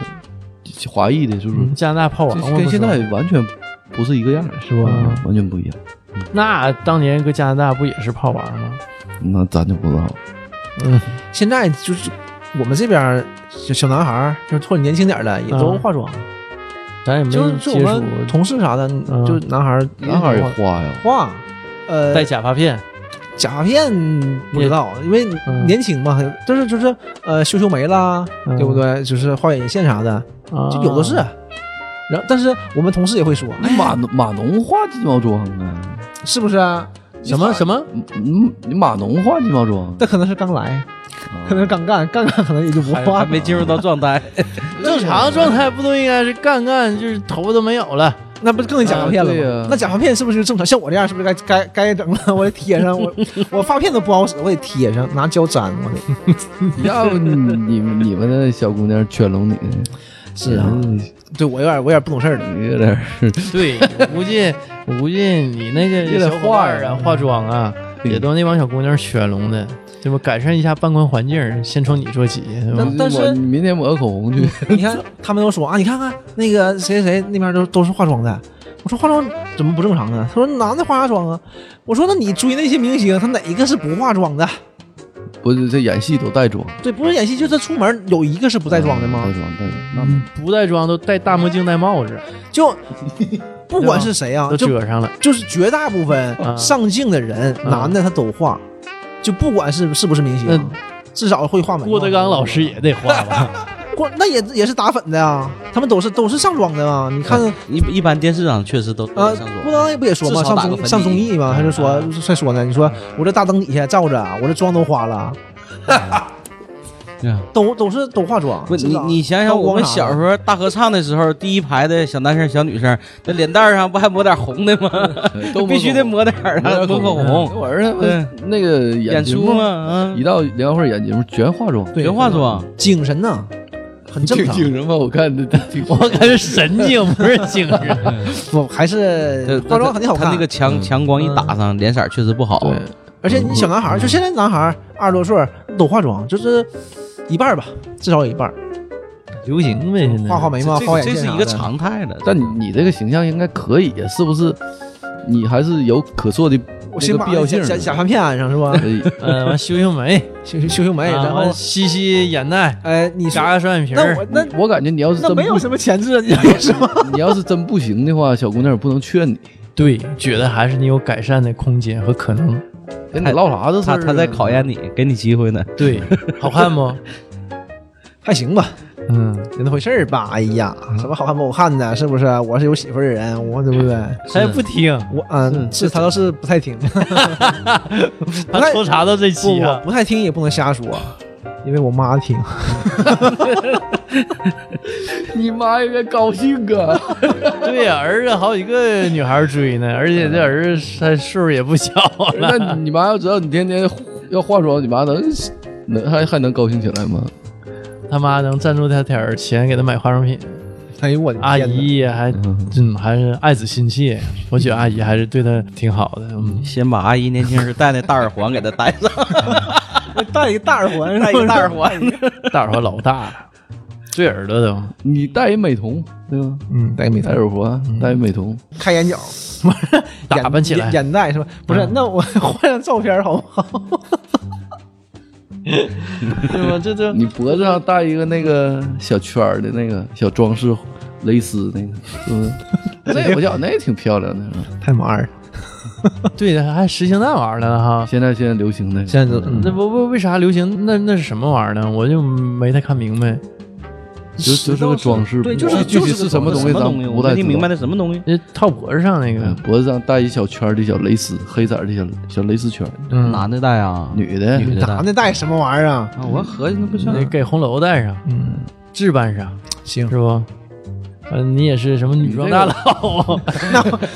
S2: 华裔的就说，
S1: 加拿大炮王
S2: 这
S1: 八
S2: 跟
S1: 不
S2: 现
S1: 是吗
S2: 在完全不是一个样儿，
S1: 是吧
S2: 啊完全不一样。
S1: 那当年搁加拿大不也是炮王吗？
S2: 那咱就不知道了。
S3: 现在就是我们这边儿小小男孩儿，就是或者年轻点儿的，也都
S1: 啊
S3: 化妆，
S1: 咱也没
S3: 就是就我
S1: 接触
S3: 们同事啥的，
S1: 嗯
S3: 就男孩儿
S2: 男孩儿也花呀，
S3: 化，呃，
S1: 戴假发片，
S3: 甲片不知道，因为
S1: 嗯
S3: 年轻嘛，但是就是呃修修眉啦，
S1: 嗯
S3: 对不？对？就是画眼线啥的，
S1: 啊
S3: 就有的是。然后，但是我们同事也会说，
S2: 那码农码农化鸡毛妆啊？
S3: 是不是啊？
S1: 什么什么
S2: 嗯，你码农化鸡毛妆？
S3: 那可能是刚来，
S2: 啊
S3: *laughs* 可能是刚 *laughs* 干，刚干可能也就不
S4: 还
S3: 化
S4: 还
S3: 了。
S4: 没进入到状态，
S1: 正常
S3: 啊
S1: 状态不都应该是干干，就是头发都没有了，
S3: 那不是更是假发片了
S2: 啊对
S3: 吗？
S2: 呀
S3: 那假发片是不是就正常？像我这样是不是该该该整了？我得贴上， *laughs* 我我发片都不好使，我得贴上，拿胶粘，我得。
S2: 啊要不你你你们那小姑娘圈拢你，嗯
S3: 是啊，对我有点我有点不懂事 *laughs* 儿了。
S2: 你有点儿
S1: 对，我估计我估计你那
S2: 也
S1: 个
S2: 得
S1: 小伙伴儿
S2: 化
S1: 啊、
S2: 呀
S1: 化妆啊，
S2: 对
S1: 也都那帮小姑娘圈拢的，对吧？改善一下办公环境，先从你做起，对吧？
S3: 但但是
S2: 我明天抹个口红去，
S3: 你看他们都说啊，你看看那个谁谁谁那边都都是化妆的。我说化妆怎么不正常呢？他说男的化啥妆啊？我说那你追那些明星，他哪一个是不化妆的？
S2: 不是这演戏都带妆，
S3: 对，不是演戏，就是他出门有一个是不带妆的吗
S1: 嗯
S3: 嗯
S2: 带？妆带妆，那么
S3: *laughs*
S1: 不带妆都戴大墨镜、戴帽子，
S3: 就不管是谁啊，
S1: 都
S3: 就
S1: 遮上了。
S3: 就是绝大部
S1: 啊
S3: 分上镜的人，
S1: 啊
S3: 男的他都化，就不管是是不是明星啊，至少会画眉
S1: 嗯
S3: 毛。
S1: 郭德纲老师也得化吧？
S3: 郭那也也是打粉的呀，他们都是都是上妆的啊。你看
S1: 嗯
S4: 一 *laughs* 一般电视上确实都
S3: 啊
S4: 都上，
S3: 郭德纲
S4: 妆，
S3: 也不也说嘛，
S4: 至少
S3: 上
S4: 打
S3: 综
S4: 个粉底嗯
S3: 上综艺嘛，他就说再说呢，你说我这大灯底下照着，啊我这妆都花了，
S4: 对啊
S3: 都都是都化妆。
S4: 不，
S3: 知
S4: 你
S3: 道
S4: 你想想，我们小时候大合唱的时候，第一排的小男生、小女生，那脸蛋儿上不还抹点红的吗？
S2: 哎
S4: *laughs*
S2: 都
S4: 必须得抹点儿啊，抹
S2: 抹
S4: 口
S2: 口
S4: 红。
S2: 我儿子不那个
S4: 演
S2: 节
S4: 出
S2: 目
S4: 嘛，，啊
S2: 一，到联欢会演节目全化妆，
S4: 全化妆，
S3: 精神呐，很正
S4: *laughs*
S2: 挺
S3: 常。
S2: 精神吧？我看
S3: *laughs*
S2: 这挺
S1: *laughs* 我感觉神经不是精神。 *laughs*
S3: 不还是
S4: 对
S3: 化妆肯定好
S4: 他
S3: 看啊
S4: 那个。强强光一打上，脸色儿确实不好。
S2: 对，
S3: *laughs* 而且你小男孩儿，就现在男孩儿二十多岁儿都化妆，就是一半儿吧，至少有一半儿
S1: 流行呗，现在
S3: 画画眉毛、
S4: 这
S3: 画眼啊
S4: 这
S3: 线
S4: 是
S3: 啥
S4: 一个
S3: 的
S4: 常态了。
S2: 但你你这个形象应该可以，啊是不是？你还是有可做的
S3: 我
S2: 那
S3: 先
S2: 个
S3: 把
S2: 必要性哎
S3: 假
S2: 的。
S3: 假发片安上是吧？
S2: *laughs* 可以
S1: 嗯，完修修眉，
S3: 修修修修眉，
S1: 啊
S3: 然后
S1: 完吸吸眼袋，
S3: 哎，你
S1: 扎
S3: 啥？
S1: 个双眼皮
S3: 那
S1: 儿
S3: 我。那
S2: 我感觉你要是真
S3: 那
S2: 不
S3: 没有什么潜质，你是吗？
S2: 你要是真不行的话，小姑娘也不能劝你。
S1: 对，觉得还是你有改善的空间和可能。
S2: 跟你唠啥子事儿
S4: 他
S2: 啊
S4: 他在考验你，给你机会呢。
S1: *laughs* 对，好看不？
S3: 还行吧，
S1: 嗯， *laughs*
S3: 有那回事儿吧？哎呀，什么好看不好看的，是不是？我是有媳妇儿的人，我对不对？
S1: 他哎也不听，
S3: 我嗯，是他倒是不太听，不
S1: 他
S3: 太
S1: 抽查到这
S3: 不
S1: 期
S3: 我
S1: 啊，
S3: 不太听也不能瞎说，因为我妈听。 *laughs*
S2: 你妈应该高兴
S4: *laughs*
S2: 啊！
S1: *laughs* 对呀，儿子好几个女孩追呢，而且这儿子他岁数也不小 *laughs* 了。
S2: 那你妈要知道你天天要化妆，你妈能能还还能高兴起来吗？
S1: 他妈能赞助他点儿钱给他买化妆品，
S3: 哎呦我的
S1: 阿
S3: 天哪！
S1: 姨还嗯还是爱子心切，我觉得阿姨还是对他挺好的。 *laughs* 嗯，
S4: 先把阿姨年轻时戴那大耳环给她戴上，
S3: 戴一个大耳环，
S4: 戴一个大耳环。 *laughs*
S1: 大耳朵老大了，追耳朵都。
S2: 你戴一美瞳，对吧？
S3: 嗯，戴个美
S2: 戴耳环，
S4: 嗯
S2: 戴一美瞳，
S3: 开眼角，
S1: 打扮起来嗯
S3: 眼眼袋是吧？不是，那我 *laughs* 换张照片好不好？ *laughs*
S1: 对吧？这
S4: *laughs*
S1: 这
S2: 你脖子上戴一个那个小圈儿的那个小装饰，蕾丝那个，是不是？哎那我觉得那也挺漂亮的。是吧
S3: 太麻二，
S1: *laughs* 对，还实行那玩意儿了哈。
S2: 现在现在流行嗯那个，
S3: 现在都
S1: 那不不为啥流行那那是什么玩意儿呢？我就没太看明白。
S2: 就就是个装饰，
S3: 对就是
S2: 我具
S3: 就
S2: 体
S3: 是是
S2: 什么东西，
S4: 什么
S2: 咱
S4: 东西？
S2: 不
S4: 我
S2: 太
S4: 没
S2: 知
S4: 听
S2: 道
S4: 明白那什么东西。
S1: 那套脖子上那个
S2: 嗯，脖子上戴一小圈儿的小蕾丝，黑色儿的小小蕾丝圈儿，
S1: 嗯
S4: 男的戴啊，
S2: 女的
S4: 女的戴
S3: 男。的戴什么玩意儿啊？
S4: 啊，我合计那不像
S1: 那给红楼带上，
S3: 嗯，
S1: 置办上
S3: 行，
S1: 是不？嗯，你也是什么女装大佬，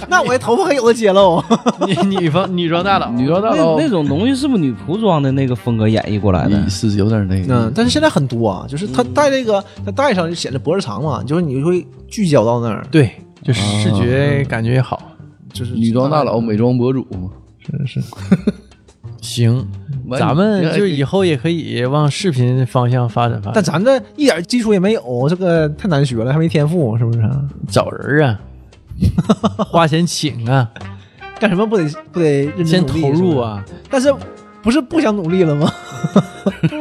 S3: 那我这头发可有的接喽。
S1: 女女方女装大佬，
S2: 女装大
S4: 那
S2: 佬
S4: 那种东西是不是女仆装的那个风格演绎过来的
S2: 也？是有点那个，
S3: 嗯，但是现在很多啊，就是
S1: 嗯
S3: 他戴这个，他戴上就显得脖子长嘛，就是你会聚焦到那儿，
S1: 对，就视觉感觉也好，
S3: 就是
S2: 女装大佬、美妆博主嘛。
S1: 真是。行，
S2: 完
S1: 咱们
S2: 你看哎
S1: 就是以后也可以往视频方向发展发
S3: 但
S1: 展，
S3: 咱这一点基础也没有，这个太难学了，还没天赋，是不是啊？
S1: 找人啊，花钱请啊，
S3: 干什么不得不得认真
S1: 先
S3: 努力
S1: 投入！
S3: 是
S1: 啊。
S3: 吧但是不是不想努力
S1: *laughs*
S3: 了吗？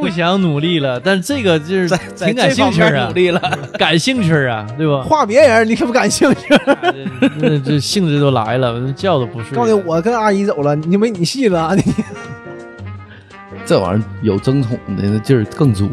S1: 不想努力了，但这个就是挺感
S4: 这
S1: 兴
S4: 方
S1: 趣
S4: 面
S1: 啊
S4: 努，力了，
S1: 感兴趣啊，对吧？
S3: 画别人你可不感兴趣？
S1: 那这性质都来了，觉都不睡。
S3: 告诉你，我跟阿姨走了，你没你戏了，啊你 *laughs*
S2: 这玩意儿有争宠的那劲儿更足。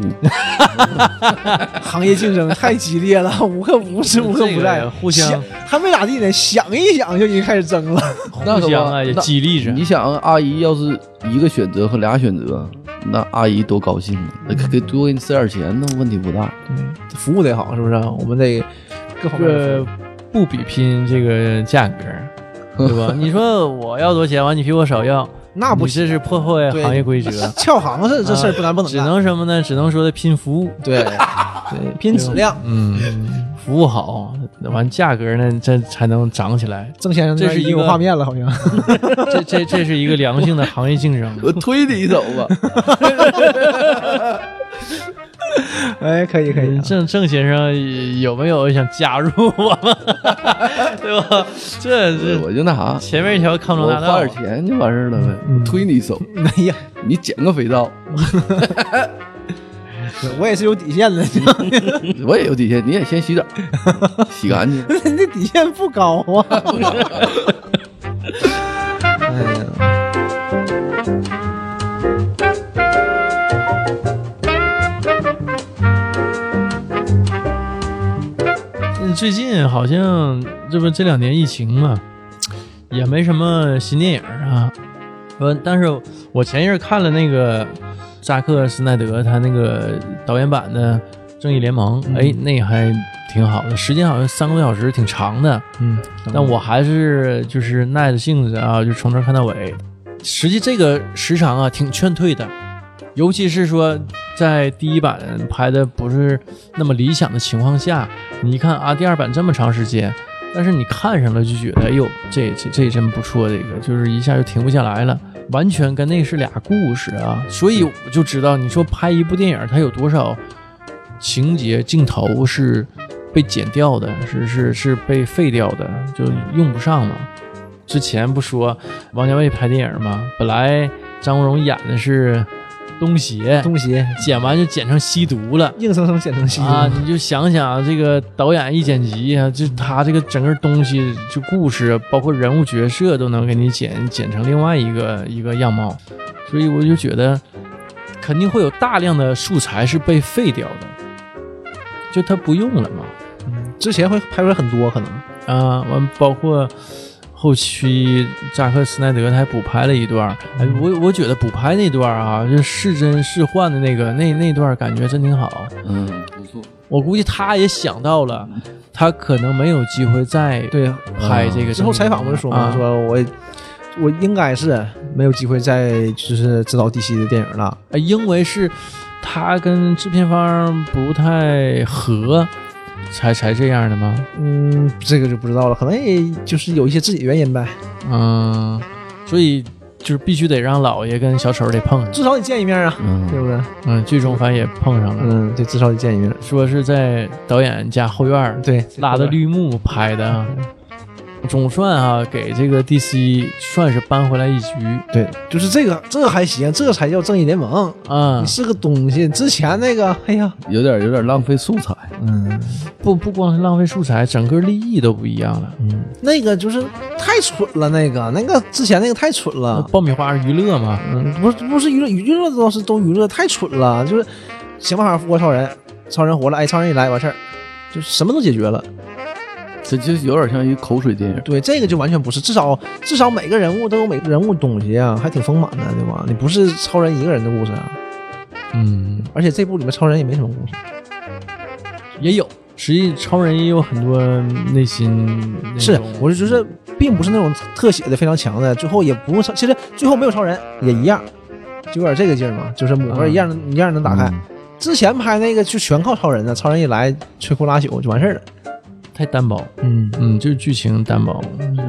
S3: 行业竞争太激烈了，无刻无时无刻
S1: 这
S3: 不
S1: 个
S3: *laughs* 在，
S1: 互相
S3: 想还没咋地呢，想一想就已经开始争了。
S2: 那
S1: 互
S2: 可
S1: 相
S2: 不
S1: 啊也
S2: 那
S1: 激励着。
S2: 你想，阿姨要是一个选择和俩选择，那阿姨多高兴呢？那给给多给你塞点钱，那问题不大。
S3: *laughs* 服务得好，是不是？我们得各方面都服
S1: 这
S3: 务
S1: 不比拼这个价格，对
S3: *laughs*
S1: 吧？你说我要多钱，完你比我少要，
S3: 那不
S1: 你
S3: 行，啊
S1: 这是破坏
S3: 对
S1: 行业规则。
S3: 撬行 *laughs* 是这事儿不难啊不能
S1: 只
S3: 干，
S1: 能什么呢？只能说的拼服务，
S3: *laughs* 对对拼质量。
S1: 嗯，服务好，完价格呢，这才能涨起来。
S3: 郑先生
S1: 这是
S3: 边
S1: 一
S3: 有
S1: 个
S3: 画面了，好像
S1: 这这这是一个良性的行业竞争。
S2: 我推你一手 *laughs* 吧，
S3: *laughs* 哎，可以可以啊，
S1: 嗯郑郑先生有没有想加入我们？ *laughs* 对吧？这这
S2: 我就那啥，
S1: 前面一条康庄
S2: 我
S1: 大
S2: 花
S1: 道
S2: 点，钱就完事儿了呗。我推你一手，
S3: 哎呀，
S2: 你捡个肥皂，
S3: 我也是有底线的， *laughs*
S2: 我也有底线，你也先洗澡，洗干净。
S3: 人家底线不高啊。 *laughs* 哎呀，
S1: 嗯最近好像这不这两年疫情嘛，也没什么新电影啊。呃，但是我前一阵看了那个扎克施奈德他那个导演版的《正义联盟》，哎，那还挺好的，时间好像三个多小时，挺长的。
S3: 嗯，
S1: 但我还是就是耐着性子啊，就从头看到尾。实际这个时长啊，挺劝退的，尤其是说在第一版拍的不是那么理想的情况下，你一看啊，第二版这么长时间，但是你看上了就觉得，哎呦，这这这真不错，这个就是一下就停不下来了，完全跟那是俩故事啊。所以我就知道，你说拍一部电影，它有多少情节镜头是被剪掉的，是是是被废掉的，就用不上嘛。之前不说王家卫拍电影嘛，本来张国荣演的是东邪，
S3: 东邪
S1: 剪完就剪成吸毒了。
S3: 硬生生剪成西 *laughs*
S1: 啊，你就想想啊这个导演一剪辑啊，就他这个整个东西，就故事包括人物角色都能给你剪剪成另外一个一个样貌，所以我就觉得肯定会有大量的素材是被废掉的，就他不用了嘛。
S3: 之前会拍出来很多可能，
S1: 啊，完包括后期扎克施奈德他还补拍了一段儿，哎，我我觉得补拍那段儿啊，就是是真是幻的那个那那段儿感觉真挺好。
S2: 嗯，不错。
S1: 我估计他也想到了，他可能没有机会再
S3: 对。
S1: 拍这个。
S3: 嗯之后采访不是说
S1: 啊
S3: 嘛，说我我应该是没有机会再就是指导 DC 的电影了，
S1: 呃因为是他跟制片方不太合，才才这样的吗？
S3: 嗯，这个就不知道了，可能也就是有一些自己原因呗，
S1: 嗯，所以就是必须得让老爷跟小丑得碰上，
S3: 至少得见一面啊，对
S2: 嗯，
S3: 不对？
S1: 嗯，最终反正也碰上了。
S3: 嗯，对，至少得见一面。
S1: 说是在导演家后院儿
S3: 对，
S1: 拉的绿幕拍的啊，
S3: 嗯
S1: 总算啊给这个 DC 算是扳回来一局
S3: 对，就是这个，这个还行，这个才叫正义联盟。
S1: 啊
S3: 你。是个东西，之前那个，哎呀，
S2: 有点有点浪费素材。
S3: 嗯，
S1: 不不光是浪费素材，整个立意都不一样了。
S3: 那个就是太蠢了，那个那个之前那个太蠢了，
S1: 爆米花娱乐嘛，
S3: 嗯，不是不是娱乐娱乐倒是都娱乐太蠢了，就是想办法复活超人，超人活了，哎，超人一来完事儿，就什么都解决了。
S2: 这就有点像一口水电影。
S3: 对，这个就完全不是，至少至少每个人物都有每个人物东西啊，还挺丰满的，对吧？你不是超人一个人的故事啊，
S1: 嗯，
S3: 而且这部里面超人也没什么故事，
S1: 也有实际超人也有很多内心那
S3: 是
S1: 种，
S3: 我是觉得并不是那种特写的非常强的，最后也不用超，其实最后没有超人也一样，就有点这个劲儿嘛，就是母盒一样、一样能打
S2: 嗯
S3: 开。之前拍那个就全靠超人呢，超人一来摧枯拉朽就完事儿了。
S1: 太单薄，
S3: 嗯，
S1: 嗯，就是剧情单薄，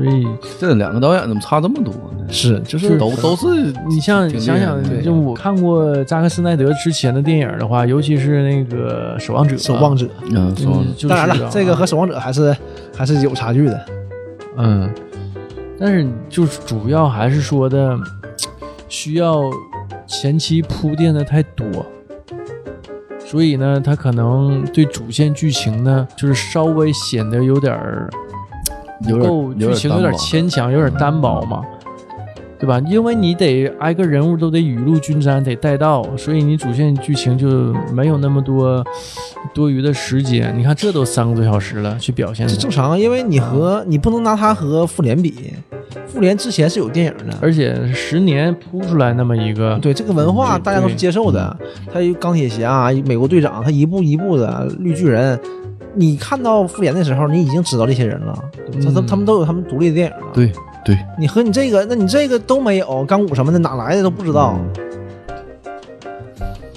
S1: 所以
S2: 这两个导演怎么差这么多呢？
S3: 是，
S1: 就
S3: 就
S1: 是
S3: 是
S2: 都都是
S1: 你像
S2: 挺厉
S1: 想
S2: 害的
S1: 想，
S2: 对
S1: 就我看过扎克斯奈德之前的电影的话，尤其是那个《守望者》，
S3: 守望者。
S1: 嗯，
S2: 嗯，说
S1: 就是
S3: 啊当然
S1: 啊
S3: 了，这个和守望者还是还是有差距的。
S1: 嗯，但是就是主要还是说的需要前期铺垫的太多，所以呢，他可能对主线剧情呢，就是稍微显得有点儿
S2: 有
S1: 够
S2: 点
S1: 剧情有点
S2: 单薄
S1: 牵强，有点单薄嘛，对吧？因为你得挨个人物都得雨露均沾，得带到，所以你主线剧情就没有那么多多余的时间。你看，这都三个多小时了，去表现
S3: 这
S1: 它
S3: 正常，因为你和你不能拿它和复联比，复联之前是有电影的，
S1: 而且十年铺出来那么一个，
S3: 对这个文化大家都是接受的。他有钢铁侠、啊美国队长，他一步一步的绿巨人，你看到复联的时候，你已经知道这些人了，他他
S1: 嗯
S3: 他们都有他们独立的电影了。
S2: 对对，
S3: 你和你这个，那你这个都没有，钢骨什么的哪来的都不知道。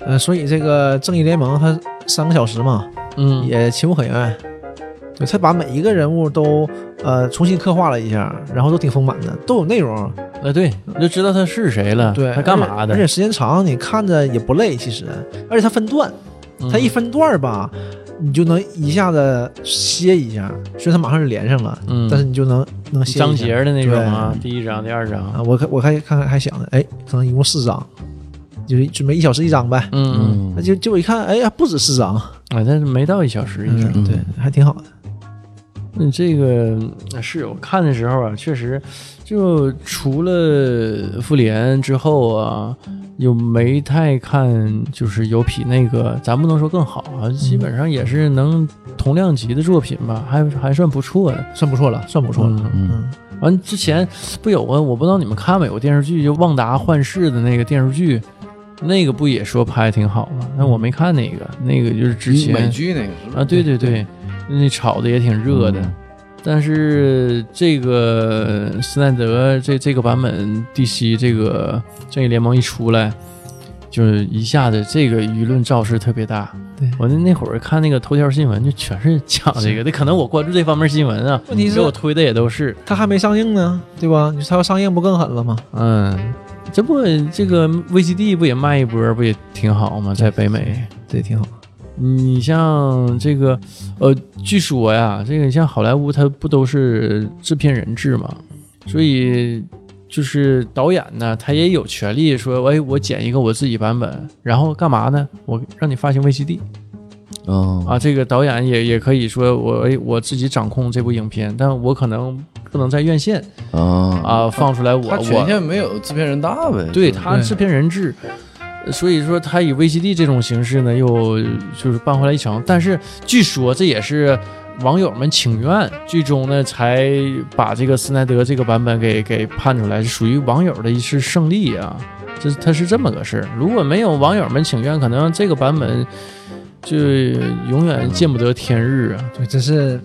S3: 呃，所以这个正义联盟它三个小时嘛，
S1: 嗯，
S3: 也情有可原。对他把每一个人物都呃重新刻画了一下，然后都挺丰满的，都有内容。
S1: 呃，对，你就知道他是谁了，
S3: 对，
S1: 他干嘛
S3: 而且而
S1: 的
S3: 且，时间长，你看着也不累，其实。而且它分段，
S1: 嗯
S3: 它一分段儿吧，你就能一下子歇一下。虽然它马上就连上了，
S1: 嗯
S3: 但是你就能能歇一下
S1: 章节的那种啊，第一章、第二章，
S3: 啊。我看我还看看还想呢，哎，可能一共四章，就是准备一小时一章呗。
S1: 嗯，
S3: 那就结果一看，哎呀，不止四章，
S1: 啊，但是没到一小时一章。
S2: 嗯
S3: 对，还挺好的。
S1: 嗯，这个呃是我看的时候啊，确实，就除了复联之后啊，又没太看，就是有比那个，咱不能说更好啊，基本上也是能同量级的作品吧，还还算不错的，
S3: 算不错了，算不
S1: 不
S3: 错了。
S2: 嗯，
S1: 完之前不有个，我不知道你们看没有电视剧，就旺达幻视的那个电视剧，那个不也说拍得挺好吗？但我没看那个，那个就是之前
S2: 美剧那个是吧
S1: 啊，对对对，那炒的也挺热的。
S2: 嗯
S1: 但是这个呃斯奈德这这个版本 DC 这个正义联盟一出来，就是一下子这个舆论造势特别大。
S3: 对
S1: 我那那会儿看那个头条新闻，就全是讲这个的。可能我关注这方面新闻啊，
S3: 问题是
S1: 给我推的也都是。
S3: 它还没上映呢，对吧？你它要上映不更狠了吗？
S1: 嗯，这不这个 VCD 不也卖一波，不也挺好吗？在北美，
S3: 对，挺好。
S1: 你像这个，呃，据说呀，这个你像好莱坞，它不都是制片人制嘛，所以就是导演呢，他也有权利说，哎，我剪一个我自己版本，然后干嘛呢？我让你发行 VCD
S2: 嗯
S1: 啊，这个导演也也可以说我，哎，我自己掌控这部影片，但我可能不能在院线
S2: 啊
S1: 啊放出来我
S2: 他
S1: 我
S2: 权限没有制片人大呗，
S1: 对
S2: 就是
S1: 他制片人制，呃所以说他以 VCD 这种形式呢，又就是办回来一程。但是据说这也是网友们请愿，最终呢才把这个斯奈德这个版本给给判出来，是属于网友的一次胜利啊。这他是这么个事儿，如果没有网友们请愿，可能这个版本就永远见不得天日啊。
S3: 对，真是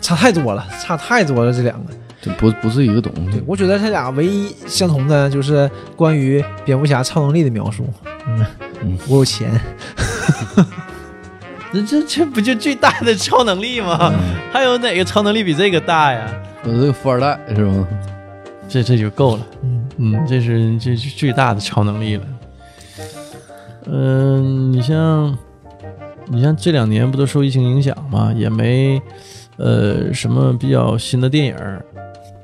S3: 差太多了，差太多了，这两个。
S2: 这不不是一个东
S3: 对
S2: 西，，
S3: 我觉得这俩唯一相同的就是关于蝙蝠侠超能力的描述。嗯
S2: 嗯，
S3: 我有钱，
S1: 这这这不就最大的超能力吗？还有哪个超能力比这个大呀？
S2: 我这个富二代是吧？
S1: 这这就够了。
S3: 嗯
S1: 嗯，这是这是最大的超能力了。嗯、你像你像这两年不都受疫情影响嘛，也没呃什么比较新的电影儿，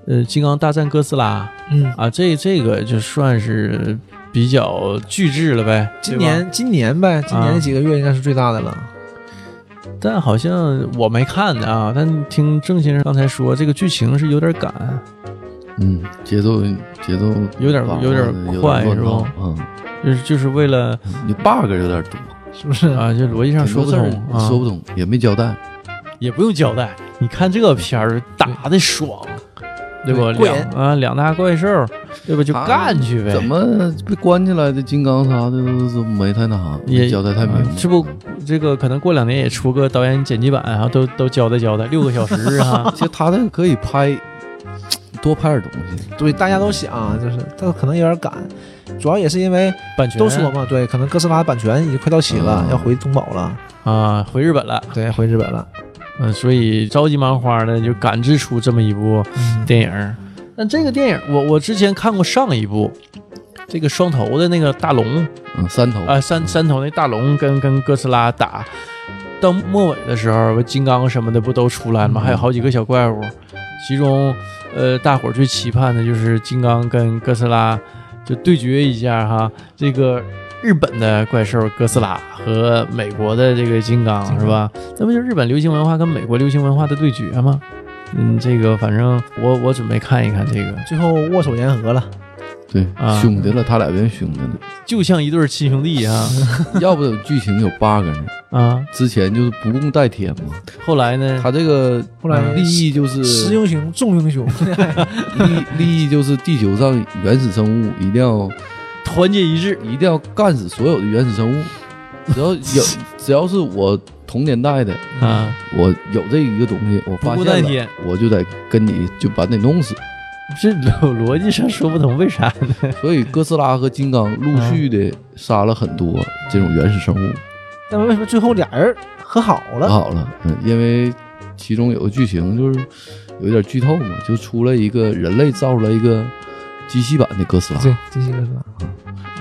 S1: 呃，《金刚大战哥斯拉
S3: 嗯》，
S1: 啊，这这个就算是比较巨制了呗。
S3: 今
S1: 对吧
S3: 年今年呗，今年
S1: 啊
S3: 这几个月应该是最大的了。
S1: 但好像我没看啊，但听郑先生刚才说，这个剧情是有点赶，
S2: 嗯，节奏节奏
S1: 有点
S2: 把握
S1: 有点
S2: 得有
S1: 快
S2: 乱
S1: 是
S2: 套
S1: 吧？
S2: 嗯，
S1: 就是就是为了
S2: 你 bug 有点多，
S3: 是不是？
S1: 啊，就逻辑上
S2: 嗯很
S1: 说
S2: 多
S1: 不
S2: 事儿
S1: 通，啊
S2: 说不通，也没交代。
S1: 也不用交代。你看这个片儿打的爽，对不？
S3: 对过瘾
S1: 两啊两大怪兽，对吧？就
S2: 他
S1: 干去呗。
S2: 怎么被关起来的金刚啥的都没太那啥，
S1: 也嗯
S2: 没交代太明白。，
S1: 这不，这个可能过两年也出个导演剪辑版啊，都都交代交代，六个小时啊 *laughs*
S2: 其实他这可以拍，多拍点东西。
S3: 对，大家都想，就是他可能有点赶，主要也是因为
S1: 版权
S3: 都说嘛，对，可能哥斯拉版权已经快到期了，
S2: 嗯
S3: 要回中保了，
S1: 啊，回日本了，
S3: 对，回日本了。
S1: 嗯，所以着急忙慌的就赶制出这么一部电影儿。但嗯这个电影儿，我我之前看过上一部，这个双头的那个大龙
S2: 嗯，三头
S1: 啊、三三头那大龙跟跟哥斯拉打，到末尾的时候，不金刚什么的不都出来了吗？还有好几个小怪物，其中呃，大伙儿最期盼的就是金刚跟哥斯拉就对决一下哈，这个。日本的怪兽哥斯拉和美国的这个金刚是吧？那不就是日本流行文化跟美国流行文化的对决吗？嗯，这个反正我我准备看一看这个，
S3: 最后握手言和了，
S2: 对
S1: 啊
S2: 兄弟了，他俩变兄弟 *laughs* 了。
S1: 就像一对儿亲兄弟 *laughs* 啊
S2: 要不剧情有 bug 呢？
S1: 啊！
S2: 之前就是不共戴天嘛，
S1: 后来呢？
S2: 他这个嗯
S3: 后来
S2: 利益就是
S3: 雌英雄重英雄，
S2: 利利益就是地球上原始生物一定要
S1: 团结一致，
S2: 一定要干死所有的原始生物，只要有只要是我同年代的，
S1: 啊，
S2: 我有这一个东西，我发
S1: 不过代
S2: 现
S1: 天
S2: 了，我就得跟你就把你弄 *laughs* 死。
S1: 这逻逻辑上说不通，为啥呢？
S2: 所以哥斯拉和金刚陆续的杀了很多这种原始生物。
S3: 但为什么最后俩人和好
S2: 不
S3: 了？
S2: 好了，嗯，因为其中有个剧情就是有点剧透嘛，就出了一个人类造出来一个机器版的哥斯拉，
S3: 对，这些个是吧？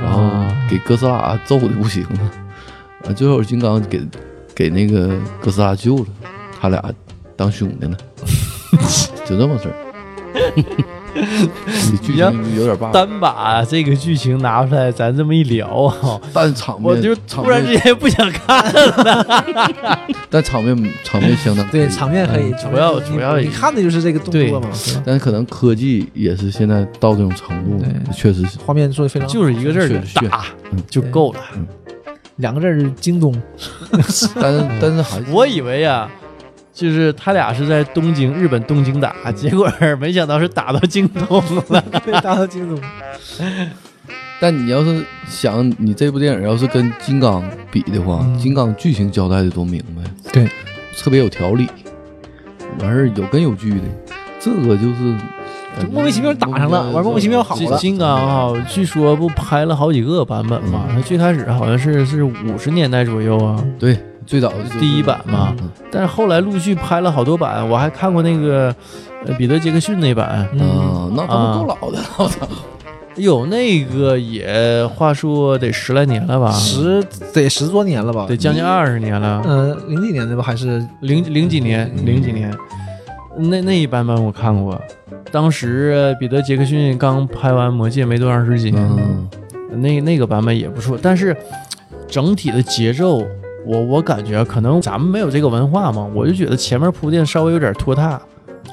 S2: 然后给哥斯拉揍的不行了，啊，最后金刚给给那个哥斯拉救了，他俩当兄弟了， *laughs* 就这么事儿。 *laughs* 你剧情有点 bug，
S1: 单把这个剧情拿出来，咱这么一聊啊，
S2: 但场面
S1: 我就
S2: 场
S1: 突然之
S2: 面，
S1: 间不想看。
S2: 但场面场面相
S3: *laughs*
S2: 当
S3: 对，
S2: 可以
S3: 场面可以，
S2: 嗯
S3: 场
S1: 主要
S3: 面可以
S1: 主要
S3: 你
S1: 也
S3: 看的就是这个动
S1: 对
S3: 作嘛，对吧
S2: 但是可能科技也是现在到这种程度了，确实是
S3: 画面做的非常好，
S1: 就是一个字儿
S2: 是是
S1: 就打
S2: 嗯
S1: 就够了。
S3: 两个字儿京 *laughs* 东，
S2: 但是但是还是
S1: 我以为啊，就是他俩是在东京日本东京打，结果没想到是打到京东
S2: *laughs*
S1: 了。
S3: 大到京东，
S2: 但你要是想你这部电影要是跟《金刚》比的话，金刚》剧情交代的多明白，
S3: 嗯对，
S2: 特别有条理，完事儿有根有据的，这个就是
S3: 就莫名其妙打上了完莫名其妙好
S1: 这
S3: 了
S1: 金刚啊，据说不拍了好几个版本嘛？
S2: 嗯
S1: 他最开始好像是是五十年代左右啊，
S2: 对，最早就是
S1: 第一版嘛
S2: 嗯
S1: 但是后来陆续拍了好多版，我还看过那个呃彼得杰克逊那版，
S2: 嗯啊，那他
S1: 啊
S2: 们够老
S3: 嗯
S2: 的了，我操，
S1: 有哎那个也话说得十来年了吧，
S3: 十得十多年了吧？
S1: 得将近二十年了，
S3: 呃，零几年的吧，还是
S1: 零零几年，零几年，那那一版本我看过。当时呃彼得·杰克逊刚拍完《魔戒》没多长时间，
S2: 嗯，
S1: 那那个版本也不错，但是整体的节奏，我我感觉可能咱们没有这个文化嘛，我就觉得前面铺垫稍微有点拖沓，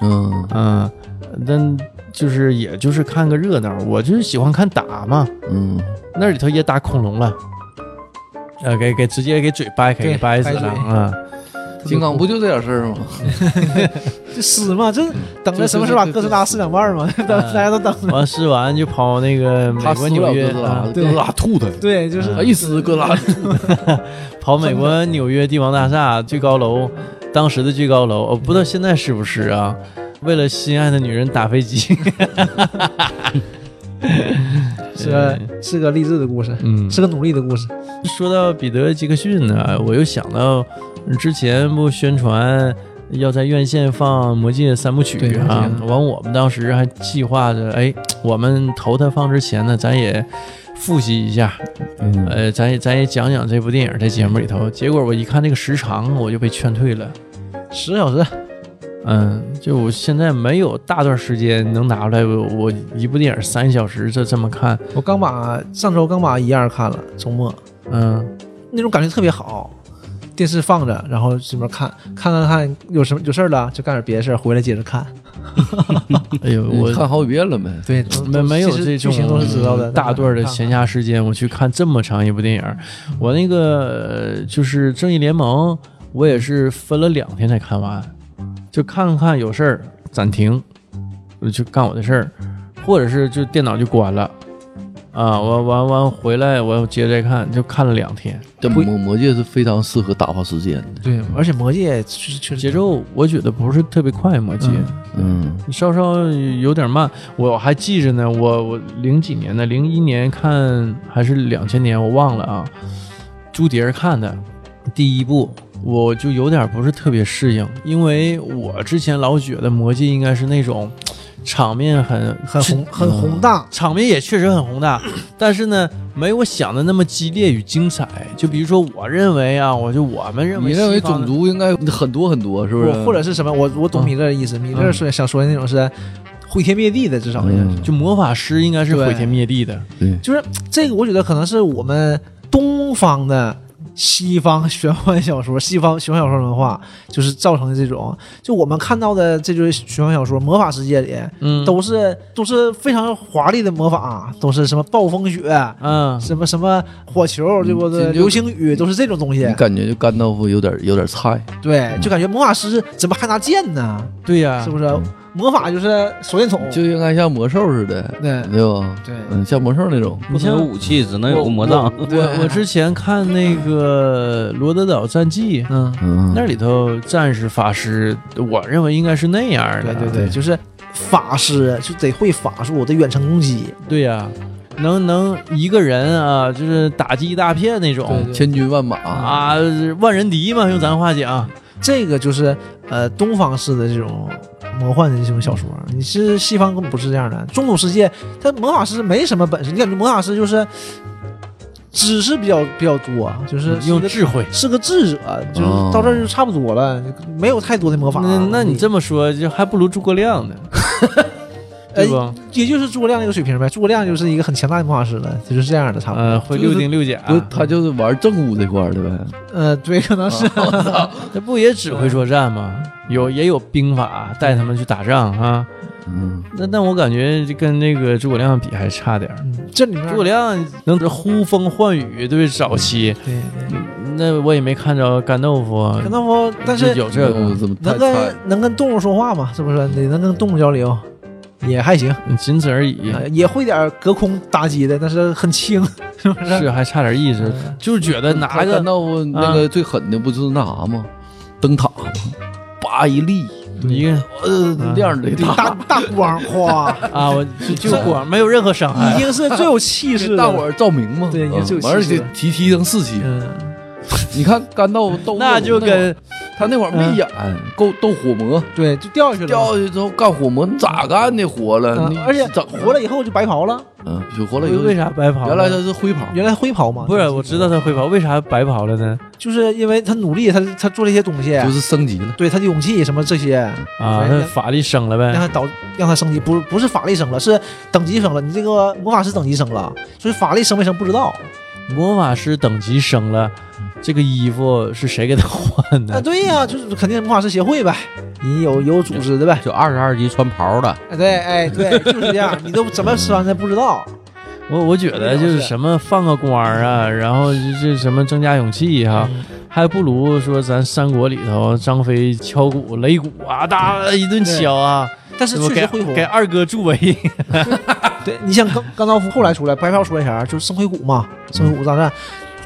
S2: 嗯
S1: 嗯，但就是也就是看个热闹，我就是喜欢看打嘛，
S2: 嗯，
S1: 那里头也打恐龙了，呃，给给直接给嘴掰开，
S3: 对
S1: 给掰死
S3: 掰嘴
S1: 了啊！
S2: 金刚不就这点事儿吗？
S3: 这撕嘛，这等着什么时候把哥斯拉撕两半儿嘛， *laughs* 等大家都等着。
S1: 完试完就跑那个美
S2: 他
S1: 国
S2: 撕不
S1: 纽
S2: 了
S1: 约
S2: 哥斯，拉，
S1: 啊
S2: 哥斯拉吐他，
S3: 对，就是
S2: 他一撕哥斯拉
S1: 跑美国纽约帝王大厦最高楼，当时的最高楼，哦我不知道现在是不是啊？为了心爱的女人打飞机，
S3: 是个是个励志的故事，
S1: *laughs* 嗯，
S3: 是个努力的故事。
S1: 说到彼得·杰克逊呢，我又想到之前不宣传要在院线放《魔戒》三部曲
S3: 对
S1: 啊
S3: 魔戒，
S1: 完我们当时还计划着，哎，我们投它放之前呢，咱也复习一下，
S3: 哎
S2: 嗯
S1: 呃，咱也咱也讲讲这部电影在节目里头。结果我一看这个时长，我就被劝退了。
S3: 十个小时，
S1: 嗯，就我现在没有大段时间能拿出来，我我一部电影三小时这这么看，
S3: 我刚把上周刚把一二看了，周末
S1: 嗯，
S3: 那种感觉特别好。电视放着，然后这边看，看看看有什么有事儿了，就干点别的事儿，回来接着看。
S1: 哎呦，我
S2: 你看好几遍了呗，
S3: 对，都
S1: 没没有
S3: 其实
S1: 这
S3: 剧
S1: 种嗯
S3: 情都是知道的，
S1: 大段的闲
S3: 前
S1: 暇时间，我去看这么长一部电影，我那个呃就是《正义联盟》，我也是分了两天才看完，就看看有事儿暂停，我就干我的事儿，或者是就电脑就关了。啊，我完完回来，我接着看，就看了两天。
S2: 这魔魔戒是非常适合打发时间的，
S3: 对，而且魔戒确实确实
S1: 节奏我觉得不是特别快，魔戒、
S3: 嗯
S2: 嗯，
S1: 你稍稍有点慢。我还记着呢，我我零几年的，零一年看还是两千年，我忘了啊。朱迪儿看的第一部，我就有点不是特别适应，因为我之前老觉得《魔戒》应该是那种场面很
S3: 很宏很
S1: 嗯
S3: 宏大，
S1: 场面也确实很宏大，但是呢，没我想的那么激烈与精彩。就比如说，我认为啊，我就我们认为
S2: 你认为
S1: 西方
S2: 种
S1: 的
S2: 族应该很多很多，是不是？
S3: 或或者是什么？我我
S1: 嗯
S3: 懂米勒的意思，米勒说想说的那种是毁天灭地的，至少是
S2: 嗯
S1: 就魔法师应该是
S3: 对
S1: 毁天灭地的，
S2: 对，
S3: 就是这个，我觉得可能是我们东方的西方玄幻小说、西方玄幻小说文化，就是造成的这种，就我们看到的这就是玄幻小说、魔法世界里
S1: 嗯，
S3: 都是都是非常华丽的魔法，啊都是什么暴风雪。
S1: 嗯，
S3: 什么什么火球，对不
S2: 这
S3: 对？
S2: 嗯就
S3: 流星雨都是这种东西
S2: 你，感觉就甘道夫有点有点菜，
S1: 哦
S3: 对，就感觉魔法师怎么还拿剑呢？
S1: 对呀、
S3: 是不是？魔法就是手电筒，
S2: 啊就应该像魔兽似的，
S3: 对
S2: 对吧？
S3: 对
S2: 嗯，像魔兽那种，
S4: 不能有武器，只能有个魔杖。
S1: 我
S2: 嗯
S1: 我之前看那个《罗德岛战记》，嗯，
S2: 嗯，
S1: 那里头战士、法师，我认为应该是那样的。
S3: 对对对，就是法师就得会法术，得远程攻击，
S1: 对呀、能能一个人啊，就是打击一大片那种
S2: 千军万马，
S1: 啊，万人敌嘛，用咱话讲，
S3: 这个就是呃东方式的这种魔幻的这种小说。你是西方根本不是这样的，中土世界他魔法师没什么本事，你感觉魔法师就是知识比较比较多，就是
S1: 用
S3: 嗯是个
S1: 智慧。
S3: 是个智者，就是
S2: 哦
S3: 到这儿就差不多了，没有太多的魔法。嗯
S1: 那那你这么说，就还不如诸葛
S3: *laughs*
S1: 亮呢，对吧？
S3: 也就是诸葛亮那个水平呗，诸葛亮就是一个很强大的魔法师了，就是这样的差不多。
S1: 呃，会六丁六甲，
S2: 不是，他就是玩正务这块儿的呗。
S3: 呃，对，可能是、
S1: 这不也指挥作战吗？有也有兵法带他们去打仗啊。
S2: 嗯，
S1: 那但我感觉就跟那个诸葛亮比还差点儿。
S3: 嗯这里面
S1: 诸葛亮能呼风唤雨，对不对早期，
S3: 对对
S1: 那我也没看着干豆腐，
S3: 可能不，但
S1: 啊就是有哦这个，
S2: 怎么太
S3: 能
S2: 菜？
S3: 跟能跟动物说话嘛，是不是？你能跟动物交流，也还行，
S1: 仅此而
S2: 嗯
S1: 已，
S3: 呃也会点隔空打击的，但是很轻，是不是？
S1: 是还差点意思，
S2: 嗯
S1: 哎就是觉得拿
S2: 甘
S1: 个嗯
S2: 道夫那个最狠的不就是那啥吗？灯塔吗？叭一立，
S1: 一个
S2: 呃，
S1: 嗯
S2: 亮的
S3: 对
S2: *laughs*
S3: 大大光哗，
S1: 啊，我 *laughs* 就就光没有任何伤
S3: 已
S1: 害，
S3: 经是最有气势
S2: 哎
S3: 的。
S2: 给大伙儿照明嘛。
S3: 对
S2: 啊
S3: 也是有气势
S2: 完事儿提提升士气。
S3: 嗯，
S2: 你看甘
S1: *laughs*
S2: 道夫斗，
S1: 那就跟
S2: 他那会儿没眼，
S3: 嗯
S2: 够斗火魔，
S3: 对，就掉下去了
S2: 掉
S3: 嘛。
S2: 下去之后干火魔，你咋干的活了？
S3: 嗯
S2: 你
S3: 而且
S2: 整
S3: 活了以后就白袍了，
S2: 嗯，就活了以后
S1: 为啥白袍？
S2: 原来他是灰袍，
S3: 原来灰袍嘛。
S1: 不是，我知道他灰袍，为啥白袍了呢？
S3: 就是因为他努力，他他做这些东西，
S2: 就是升级了。
S3: 对他的勇气什么这些，
S1: 啊，他法力升了
S3: 让
S1: 呗，
S3: 他导让他升级，不是不是法力升了，是等级升了。你这个魔法师等级升了，所以法力升没升不知道。
S1: 魔法师等级升了，这个衣服是谁给他换
S2: 哎
S3: 啊，
S1: 的？
S3: 对呀、就是肯定是魔法师协会呗，你有有组织的呗。
S4: *laughs* 就二十二级穿袍的，
S3: 哎，对，哎，对，就是这样，你都怎么穿的不知道。
S1: 我我觉得就是什么放个光儿啊，
S3: 嗯
S1: 然后就是什么增加勇气哈、还不如说咱三国里头张飞敲鼓擂鼓啊，哒一顿敲啊，
S3: 但是
S1: 是不
S3: 确实
S1: 给
S3: 恢复。
S1: *laughs* 给二哥助威，
S3: 对你像刚刚道夫后来出来，白袍说一下，就是生灰谷嘛，生灰谷大战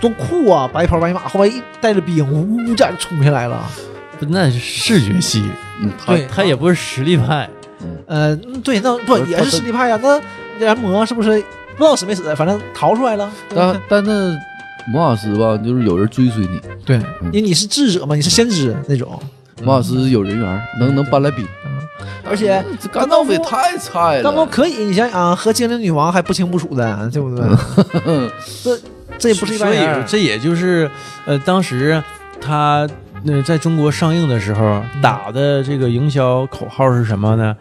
S3: 多酷啊！白袍白马，后来一带着兵，呜呜战冲下来了。
S1: 不那是视觉系，
S2: 嗯，他
S3: 对，
S1: 他也不是实力派，
S3: 呃，嗯对，那不
S2: 不是
S3: 也
S2: 他
S3: 是
S2: 他
S3: 实力派呀、那炎魔是不是不知道死没死，反正逃出来了。对吧 *laughs*
S2: 但但那魔法师吧，就是有人追随你，
S3: 对，
S2: 嗯
S3: 因为你是智者嘛，你是先知那种，
S2: 魔法师有人缘，能能搬来比。
S3: 嗯
S2: 嗯
S3: 而且
S2: 这甘道夫也太菜
S3: 当中
S2: 了，
S3: 可以，你想想啊，和精灵女王还不清不楚的，对不对？嗯这这也不是一般
S1: 所以
S3: 人。
S1: 这也就是呃，当时他那在中国上映的时候
S3: 嗯
S1: 打的这个营销口号是什么呢？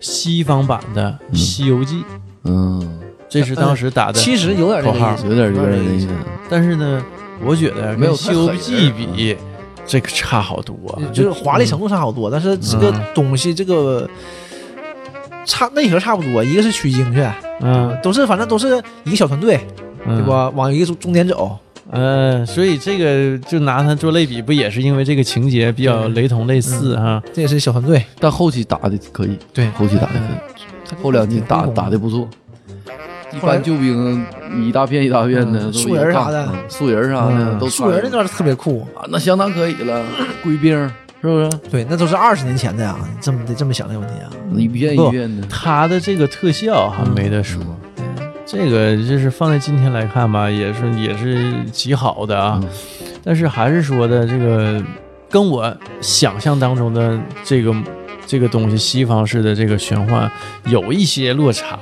S1: 西方版的《西游记》，
S2: 嗯，
S1: 这是当时打的。
S3: 呃其实有点这个意思，
S2: 有点有点那
S3: 意
S2: 意
S3: 思
S2: 思。。
S1: 但是呢，我觉得
S2: 没
S1: 跟《
S2: 有
S1: 西游
S2: 太狠
S1: 记》比，
S3: 啊
S1: 这个差好多。啊
S3: 就是华丽程度差好多，但是这个
S1: 嗯
S3: 东西这个差内核差不多，一个是取经去，
S1: 嗯，
S3: 都是反正都是一个小团队，对
S1: 对？
S3: 吧？往一个终点走，
S1: 嗯，所以这个就拿它做类比，不也是因为这个情节
S3: 嗯
S1: 比较雷同类似哈？
S3: 这也是小团队。
S2: 但后期打的可以，
S3: 对嗯
S2: 后期打的可以。后两季
S3: 挺成
S2: 打
S3: 功的
S2: 打的不错。一
S3: 后来
S2: 般救兵一大片一大片的，
S3: 嗯
S2: 都
S3: 树人
S2: 一看
S3: 啥的
S2: 嗯树人
S1: 啊
S2: 啥的
S3: 嗯
S2: 都
S3: 树人那
S2: 那
S3: 段儿特别酷，
S2: 啊，那相当可以了。贵兵是不是？
S3: 对，那都是二十年前的呀，这么得这么想这个问题啊，
S2: 一片一片的，
S1: 他的这个特效还没得说，这个就是放在今天来看吧，也是也是极好的啊。
S2: 嗯
S1: 但是还是说的这个，跟我想象当中的这个这个东西，西方式的这个玄幻有一些落差。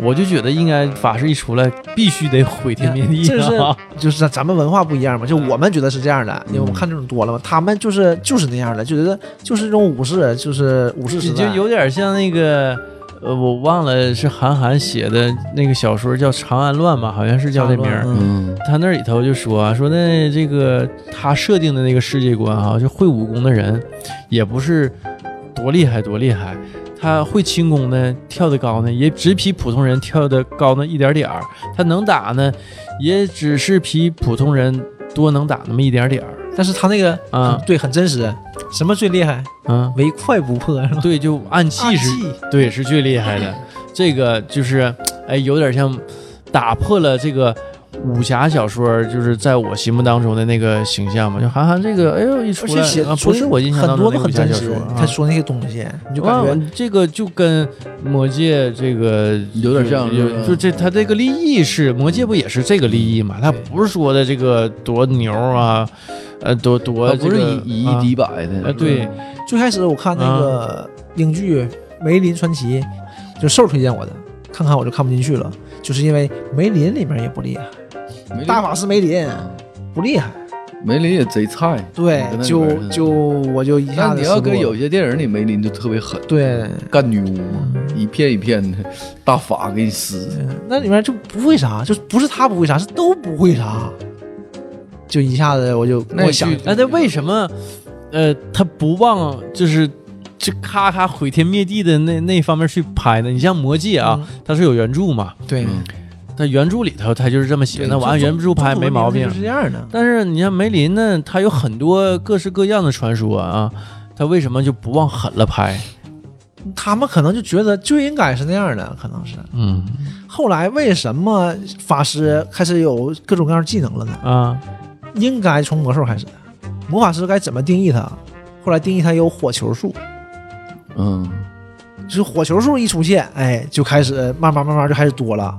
S1: 我就觉得应该法师一出来，必须得毁天灭地
S3: 这
S1: 啊！
S3: 是就是咱咱们文化不一样嘛，就
S1: 嗯
S3: 我们觉得是这样的，因为我们看这种多了嘛，他们就是就是那样的，就觉得就是这种武士，就是武士时
S1: 你 *laughs* 就
S3: 代，
S1: 有点像那个，呃，我忘了是韩寒写的那个小说叫《长安乱》吧，好像是叫这名儿。
S3: 嗯
S2: 嗯
S1: 他那里头就说啊，说那这个他设定的那个世界观哈、就会武功的人也不是多厉害多厉害，他会轻功呢，跳得高呢，也只比普通人跳得高那一点点儿；他能打呢，也只是比普通人多能打那么一点点儿。
S3: 但是他那个
S1: 啊
S3: 很对，很真实，什么最厉害？
S1: 嗯，
S3: 唯快不破是吧？啊
S1: 对，就按气
S3: 暗
S1: 是，
S3: 器
S1: 对，是最厉害的。这个就是，哎，有点像打破了这个武侠小说，就是在我心目当中的那个形象嘛。就韩寒这个，哎呦，一出
S3: 而
S1: 来
S3: 且写
S1: 啊，不是我印象
S3: 很
S1: 当
S3: 多
S1: 中的武
S3: 都很
S1: 侠
S3: 真
S1: 小
S3: 实
S1: 说。，
S3: 他
S1: 啊
S3: 说那些东西，你就感
S1: 哇
S3: 觉，
S1: 这个就跟《魔戒》这个
S2: 有点像
S1: 就是
S2: 吧
S1: 就这他这个立意是《魔戒》不也是这个立意嘛？他不是说的这个多牛啊，呃，多多
S2: 他不是
S1: 这个
S2: 以以
S1: 啊
S2: 一敌百
S1: 呃
S2: 的，
S1: 对，
S3: 最开始我看那
S1: 啊
S3: 个英剧《梅林传奇》，就瘦儿推荐我的，看看我就看不进去了，就是因为梅林里面也不厉害，
S2: 梅林嗯
S3: 大法师梅林不厉害，
S2: 梅林也贼菜。
S3: 对
S2: 跟，那里边
S3: 就
S2: 似的
S3: 就我就一下
S2: 那
S3: 子
S2: 你
S3: 失
S2: 要
S3: 落
S2: 搁有
S3: 了。
S2: 些电影里，梅林就特别狠，
S3: 对，
S2: 干女巫嘛，
S3: 嗯
S2: 一片一片的，大法给你撕。
S3: 那里面就不会啥，就不是他不会啥，是都不会啥，就一下子我就
S2: 那
S3: 我想
S2: 剧
S1: 哎，那为什么，呃，他不往就是这咔咔毁天灭地的那那方面去拍呢？你像《魔戒》
S3: 嗯
S1: 啊，它是有原著嘛，
S3: 对，
S2: 嗯
S1: 它原著里头它就是这么写，
S3: 对
S1: 那我
S3: 就
S1: 按
S3: 中
S1: 原著拍没毛病
S3: 就。是这样的。
S1: 但是你像梅林呢，他有很多各式各样的传说啊，他为什么就不往狠了拍？
S3: 他们可能就觉得就应该是那样的，可能是。
S1: 嗯
S3: 后来为什么法师开始有各种各样技能了呢？
S1: 啊，
S3: 应该从魔兽开始的，魔法师该怎么定义它？后来定义它有火球术，
S2: 嗯，
S3: 就是火球术一出现，哎，就开始慢慢慢慢就开始多了，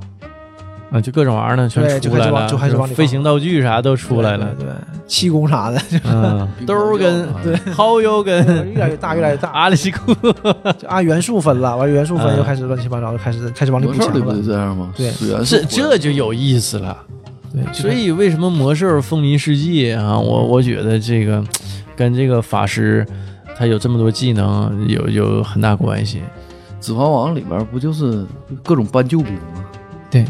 S1: 啊，就各种玩意儿呢，全
S3: 对就
S1: 出
S3: 开始
S1: 来
S3: 往
S1: 了，
S3: 就开始往里
S1: 飞
S3: 放
S1: 行道具啥都出来了，
S3: 对，对气功啥的，
S1: 嗯，兜儿跟
S2: 对，
S1: *laughs* 薅腰跟
S3: 越来越大，越来越
S1: *laughs*
S3: 大，
S1: 阿里西库，
S3: 就按元素分了，完元素分
S1: 嗯
S3: 又开始乱七八糟，就开始开始往里
S2: 魔
S3: 补
S2: 兽
S3: 强
S2: 里不
S3: 了
S2: 就，这样吗？
S3: 对
S2: 水源
S1: 这
S2: 是
S1: 这就有意思了。
S3: 对，
S2: *laughs*
S3: 就
S1: 所以为什么魔兽风靡世界啊？我我觉得这个跟这个法师他有这么多技能有有很大关系。
S2: 指环王里面不就是各种搬救兵吗？
S1: 对，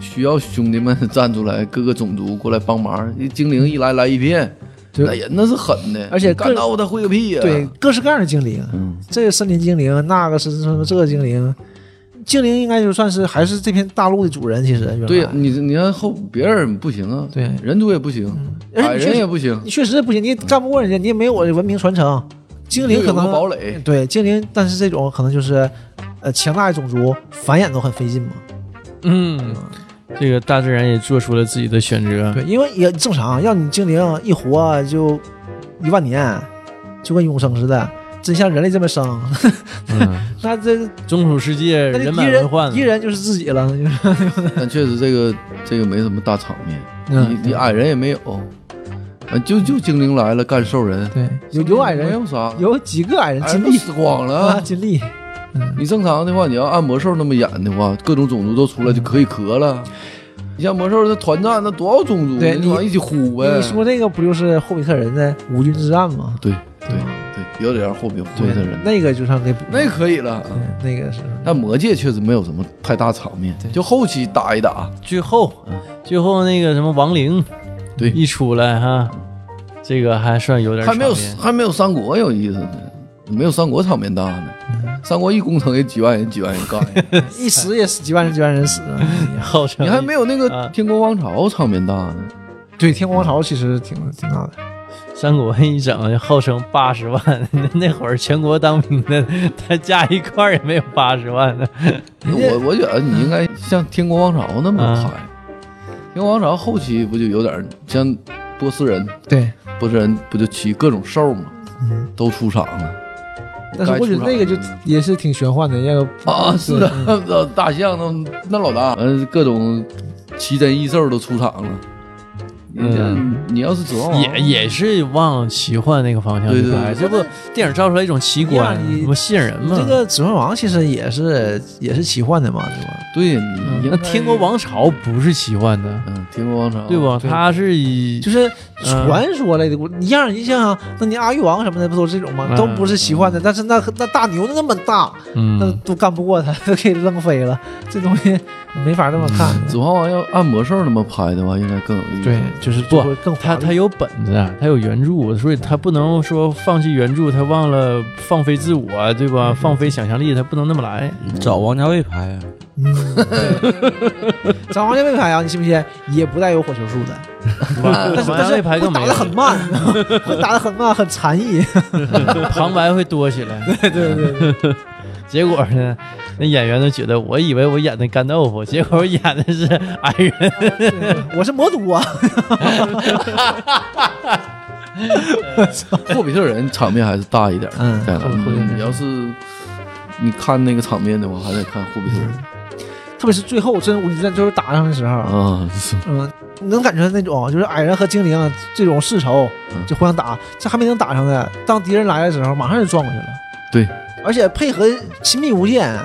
S2: 需要兄弟们 *laughs* 站出来，各个种族过来帮忙。一精灵一来来一片，
S3: 对
S2: 那人那是狠的，
S3: 而且各
S2: 干到他会个屁呀！
S3: 对，各式各样的精灵，
S2: 嗯，
S3: 这个森林精灵，那个是什么这个精灵，精灵应该就算是还是这片大陆的主人，其实原来
S2: 对你你看后别人不行啊，
S3: 对嗯
S2: 人族也不行，
S3: 而且
S2: 矮
S3: 你
S2: 人
S3: 确
S2: 也
S3: 实
S2: 不行，
S3: 你确实不行，你也干不过人家，你也没有我的文明传承，精灵可
S2: 有
S3: 能
S2: 个堡
S3: *laughs*
S2: 垒，
S3: 对精灵，但是这种可能就是，呃，强大的种族繁衍都很费劲嘛。
S1: 嗯，这个大自然也做出了自己的选择。
S3: 对，因为也正常，要你精灵一活就一万年，就跟永生似的。真像人类这么生，
S1: 嗯，
S3: 那这
S1: 中土世界
S3: 那
S1: 人
S3: 敌
S1: 满为患啊
S3: 人敌人就是自己了，就是
S2: 但确实这个这个没什么大场面，
S3: 嗯
S2: 你你矮人也没有，啊就就精灵来了干兽人，
S3: 对，有有矮
S2: 没
S3: 人，
S2: 有啥，
S3: 有几个矮人
S2: 矮
S3: 尽
S2: 人都
S3: 力
S2: 死光
S3: 啊，
S2: 了。
S3: 尽力。
S2: 你正常的话，你要按魔兽那么演的话，各种种族都出来就可以磕了。你像魔兽这团战，那多少种族，
S3: 对
S2: 那往一起呼呗。
S3: 你说这个不就是霍比特人的五军之战吗？
S2: 对对对，有点后面后面的人，
S3: 那个就上那部
S2: 那可以了。
S3: 那个是
S2: 但魔界确实没有什么太大场面，就后期打一打，
S1: 最后，最后那个什么亡灵，
S2: 对
S1: 一出来哈，这个还算有点
S2: 还没有
S1: 场面
S2: 还没有三国有意思呢，没有三国场面大呢。三国一攻城也几万人几万人干呀，
S3: 一死也死几万人几万人死。啊 *laughs*
S1: 号称
S2: 你还没有那
S1: 啊
S2: 个天国王朝场面大呢。
S3: 对，天国王朝其实挺挺大的，
S1: 三谷文一整号称八十万，那那会儿全国当兵的，他加一块儿也没有八十万的。
S2: 我我觉得你应该像《天国王朝》那么
S1: 啊
S2: 拍，天国王朝》后期不就有点像波斯人，
S3: 对，
S2: 波斯人不就骑各种兽吗？
S3: 嗯
S2: 都出场了。
S3: 但是我觉得那个就
S2: 该出场了
S3: 也是挺玄幻的，要
S2: 啊，是的，老大象 *laughs* 那那老大，呃，各种奇珍异兽都出场了。你这
S1: 嗯
S2: 你要是指望
S3: 哦
S1: 也也是往奇幻那个方向去拍，
S2: 对
S1: 这不电影造出来一种奇观
S3: 呀，你
S1: 不吸引人吗？
S3: 嗯这个《指环王》其实也是也是奇幻的嘛，对吧？
S2: 对你
S1: 嗯
S2: 应
S1: 那
S2: 该
S1: 《天国，王朝》不是奇幻的，
S2: 嗯，天国王朝，
S1: 对不？它是以
S3: 哦就是传说类的，故你让你想想，那你阿育王什么的不都是这种吗？
S1: 嗯
S3: 都不是奇幻的，但是那那大牛那么大，那
S1: 嗯，
S3: 都干不过他， *laughs* 都给扔飞了，这东西没法这么看。
S2: 指环王要按魔兽那么拍的话，应该更有意思。
S3: 对，就是
S1: 不
S3: 就会更
S1: 它它有本子，它有原著，所以它不能说放弃原著，它忘了放飞自我，对
S3: 嗯
S1: 吧？放飞想象力，它不能那么来。
S4: *laughs* 找王家卫拍啊，
S3: 张王家卫拍啊，你信不信？也不带有火球术的，
S1: 但
S3: *laughs* 但是但
S1: 那
S3: 是
S1: 排
S3: 会
S1: 更没
S3: 打的很慢， *laughs* 会打的很慢，很禅意。 *laughs*
S1: 有旁白会多起来。
S3: 对对对对，
S1: *laughs* 结果呢，那演员都觉得，我以为我演的干豆腐，结果我演的是矮人。
S3: 我是魔都啊，
S2: 霍比特人场面还是大一点儿。
S3: 嗯
S2: 在哪儿
S3: 霍比特人
S2: 你要是你看那个场面的话，还得看霍比特人
S3: 特别是最后真无敌战最后打上的时候，
S2: 啊，是
S3: 嗯，能感觉到那种就是矮人和精灵啊这种世仇
S2: 嗯
S3: 就互相打，这还没能打上呢，当敌人来的时候，马上就撞过去了。
S2: 对，
S3: 而且配合亲密无间，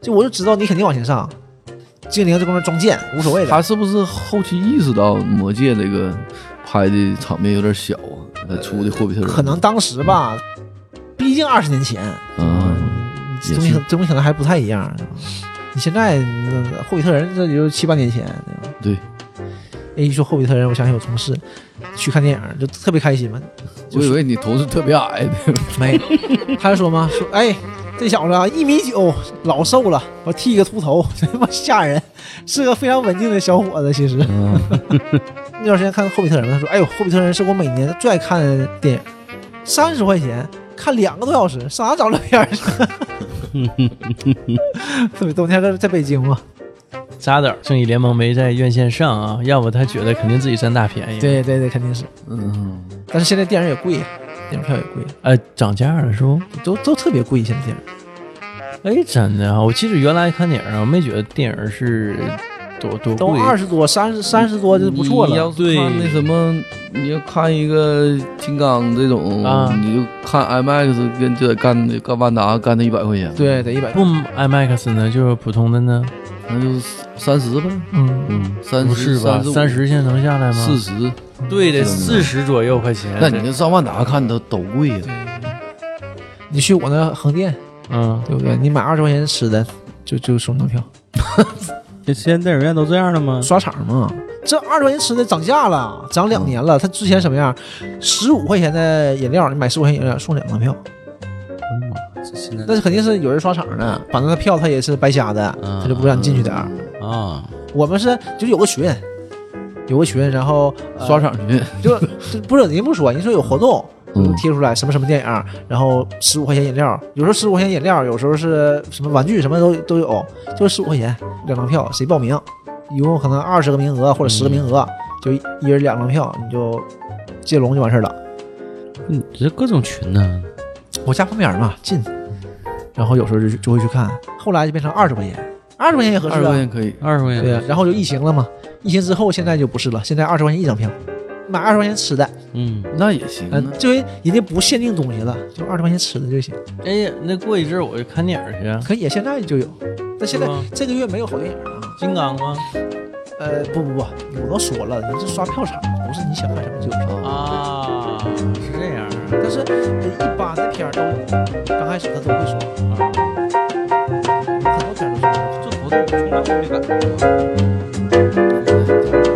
S3: 就我就知道你肯定往前上。精灵这功夫装剑无所谓
S2: 他
S3: 的，
S2: 是不是后期意识到魔界这个拍的场面有点小啊？他出的霍比特人
S3: 可能当时吧，毕竟二十年前，
S2: 啊，也
S3: 东西
S2: 是
S3: 可东西可能还不太一样。对吧你现在那霍比特人这也就七八年前，对吧？
S2: 对。
S3: 哎，一说霍比特人，我想起我同事去看电影，就特别开心嘛。
S2: 我以为你同事特别矮呢。
S3: 没，他就说嘛，说哎，这小子啊一米九，老瘦了，我剃个秃头， *laughs* 他妈吓人，是个非常文静的小伙子。其实
S4: 嗯
S3: 那段时间看《霍比特人》，他说，哎呦，《霍比特人》是我每年最爱看的电影，三十块钱看两个多小时，上哪找这片儿去？ *laughs* 特别逗，那天在在北京嘛，
S1: 扎导《正义联盟》没在院线上啊，要不他觉得肯定自己占大便宜。，
S3: 对对对，肯定是。
S2: 嗯，
S3: 但是现在电影也贵，电影票也贵，
S1: 呃，涨价了是不？
S3: 都都特别贵。现在电影，
S1: 哎，真的啊！我其实原来看电影啊，我没觉得电影是多多贵，
S3: 都二十多、三十、三十多就不错
S2: 你
S3: 了。
S2: 要是看那什么，你要看一个金刚这种，
S1: 啊
S2: 你就看 IMAX 跟这干的干万达干的一百块钱，
S3: 对，得一百。
S1: 不 IMAX 呢，就是普通的呢，
S2: 那就三十呗，
S3: 嗯，
S4: 嗯，
S2: 三
S1: 不
S2: 十
S1: 是吧？三十嗯现在能下来吗？
S2: 四十，
S1: 对得
S2: 真的
S1: 四十左右块钱。
S2: 那你就上万达看都都贵呀。
S3: 你去我那横店，
S1: 嗯，
S3: 对不对？你买二十块钱吃的，就就收门票，
S4: 这现在电影院都这样了吗？
S3: 刷场嘛。这二十块钱吃的涨价了，涨两年
S4: 嗯
S3: 了。它之前什么样？十五块钱的饮料，你买十块钱饮料送两张票，
S4: 哎这现在
S3: 那肯定是有人刷场的，反正他票他也是白瞎的，
S4: 嗯
S3: 他就不让你进去点儿。
S4: 啊，
S3: 我们是就是有个群，有个群，然后、呃
S2: 刷场去，
S3: 就就不是您不说，您说有活动，
S2: 嗯
S3: 就贴出来什么什么电影，然后十五块钱饮料，有时候十五块钱饮料，有时候是什么玩具什么都都有，就十五块钱两张票，谁报名，一共可能二十个名额或者十个名
S2: 嗯
S3: 额，就一人两张票，你就接龙就完事儿了。
S4: 你嗯这各种群呢？
S3: 我家旁边嘛，近，然后有时候就就会去看，后来就变成二十块钱，二十块钱也合
S2: 二
S3: 适
S2: 十块
S3: 啊，
S2: 钱可以。
S4: 二十块
S3: 对
S4: 钱，
S3: 呀，然后就疫情了嘛，疫情之后现在就不是了，现在二十块钱一张票，买二十块钱吃的。
S4: 嗯，
S2: 那也行啊
S3: 嗯，，这回人家不限定东西了，就二十块钱吃的就行。
S1: 哎呀，那过一阵儿我就看电影去。
S3: 可以，现在就有，但现在
S1: 是吗
S3: 这个月没有好电影啊。
S1: 金刚吗？
S3: 呃，不不不，我都说了，你是刷票场，不是你想看什么就有什么。
S1: 啊，是这样啊。
S3: 但是呃一般的片儿都刚开始他都会说，啊很多片儿都是。
S4: 这头从来没敢。
S2: 嗯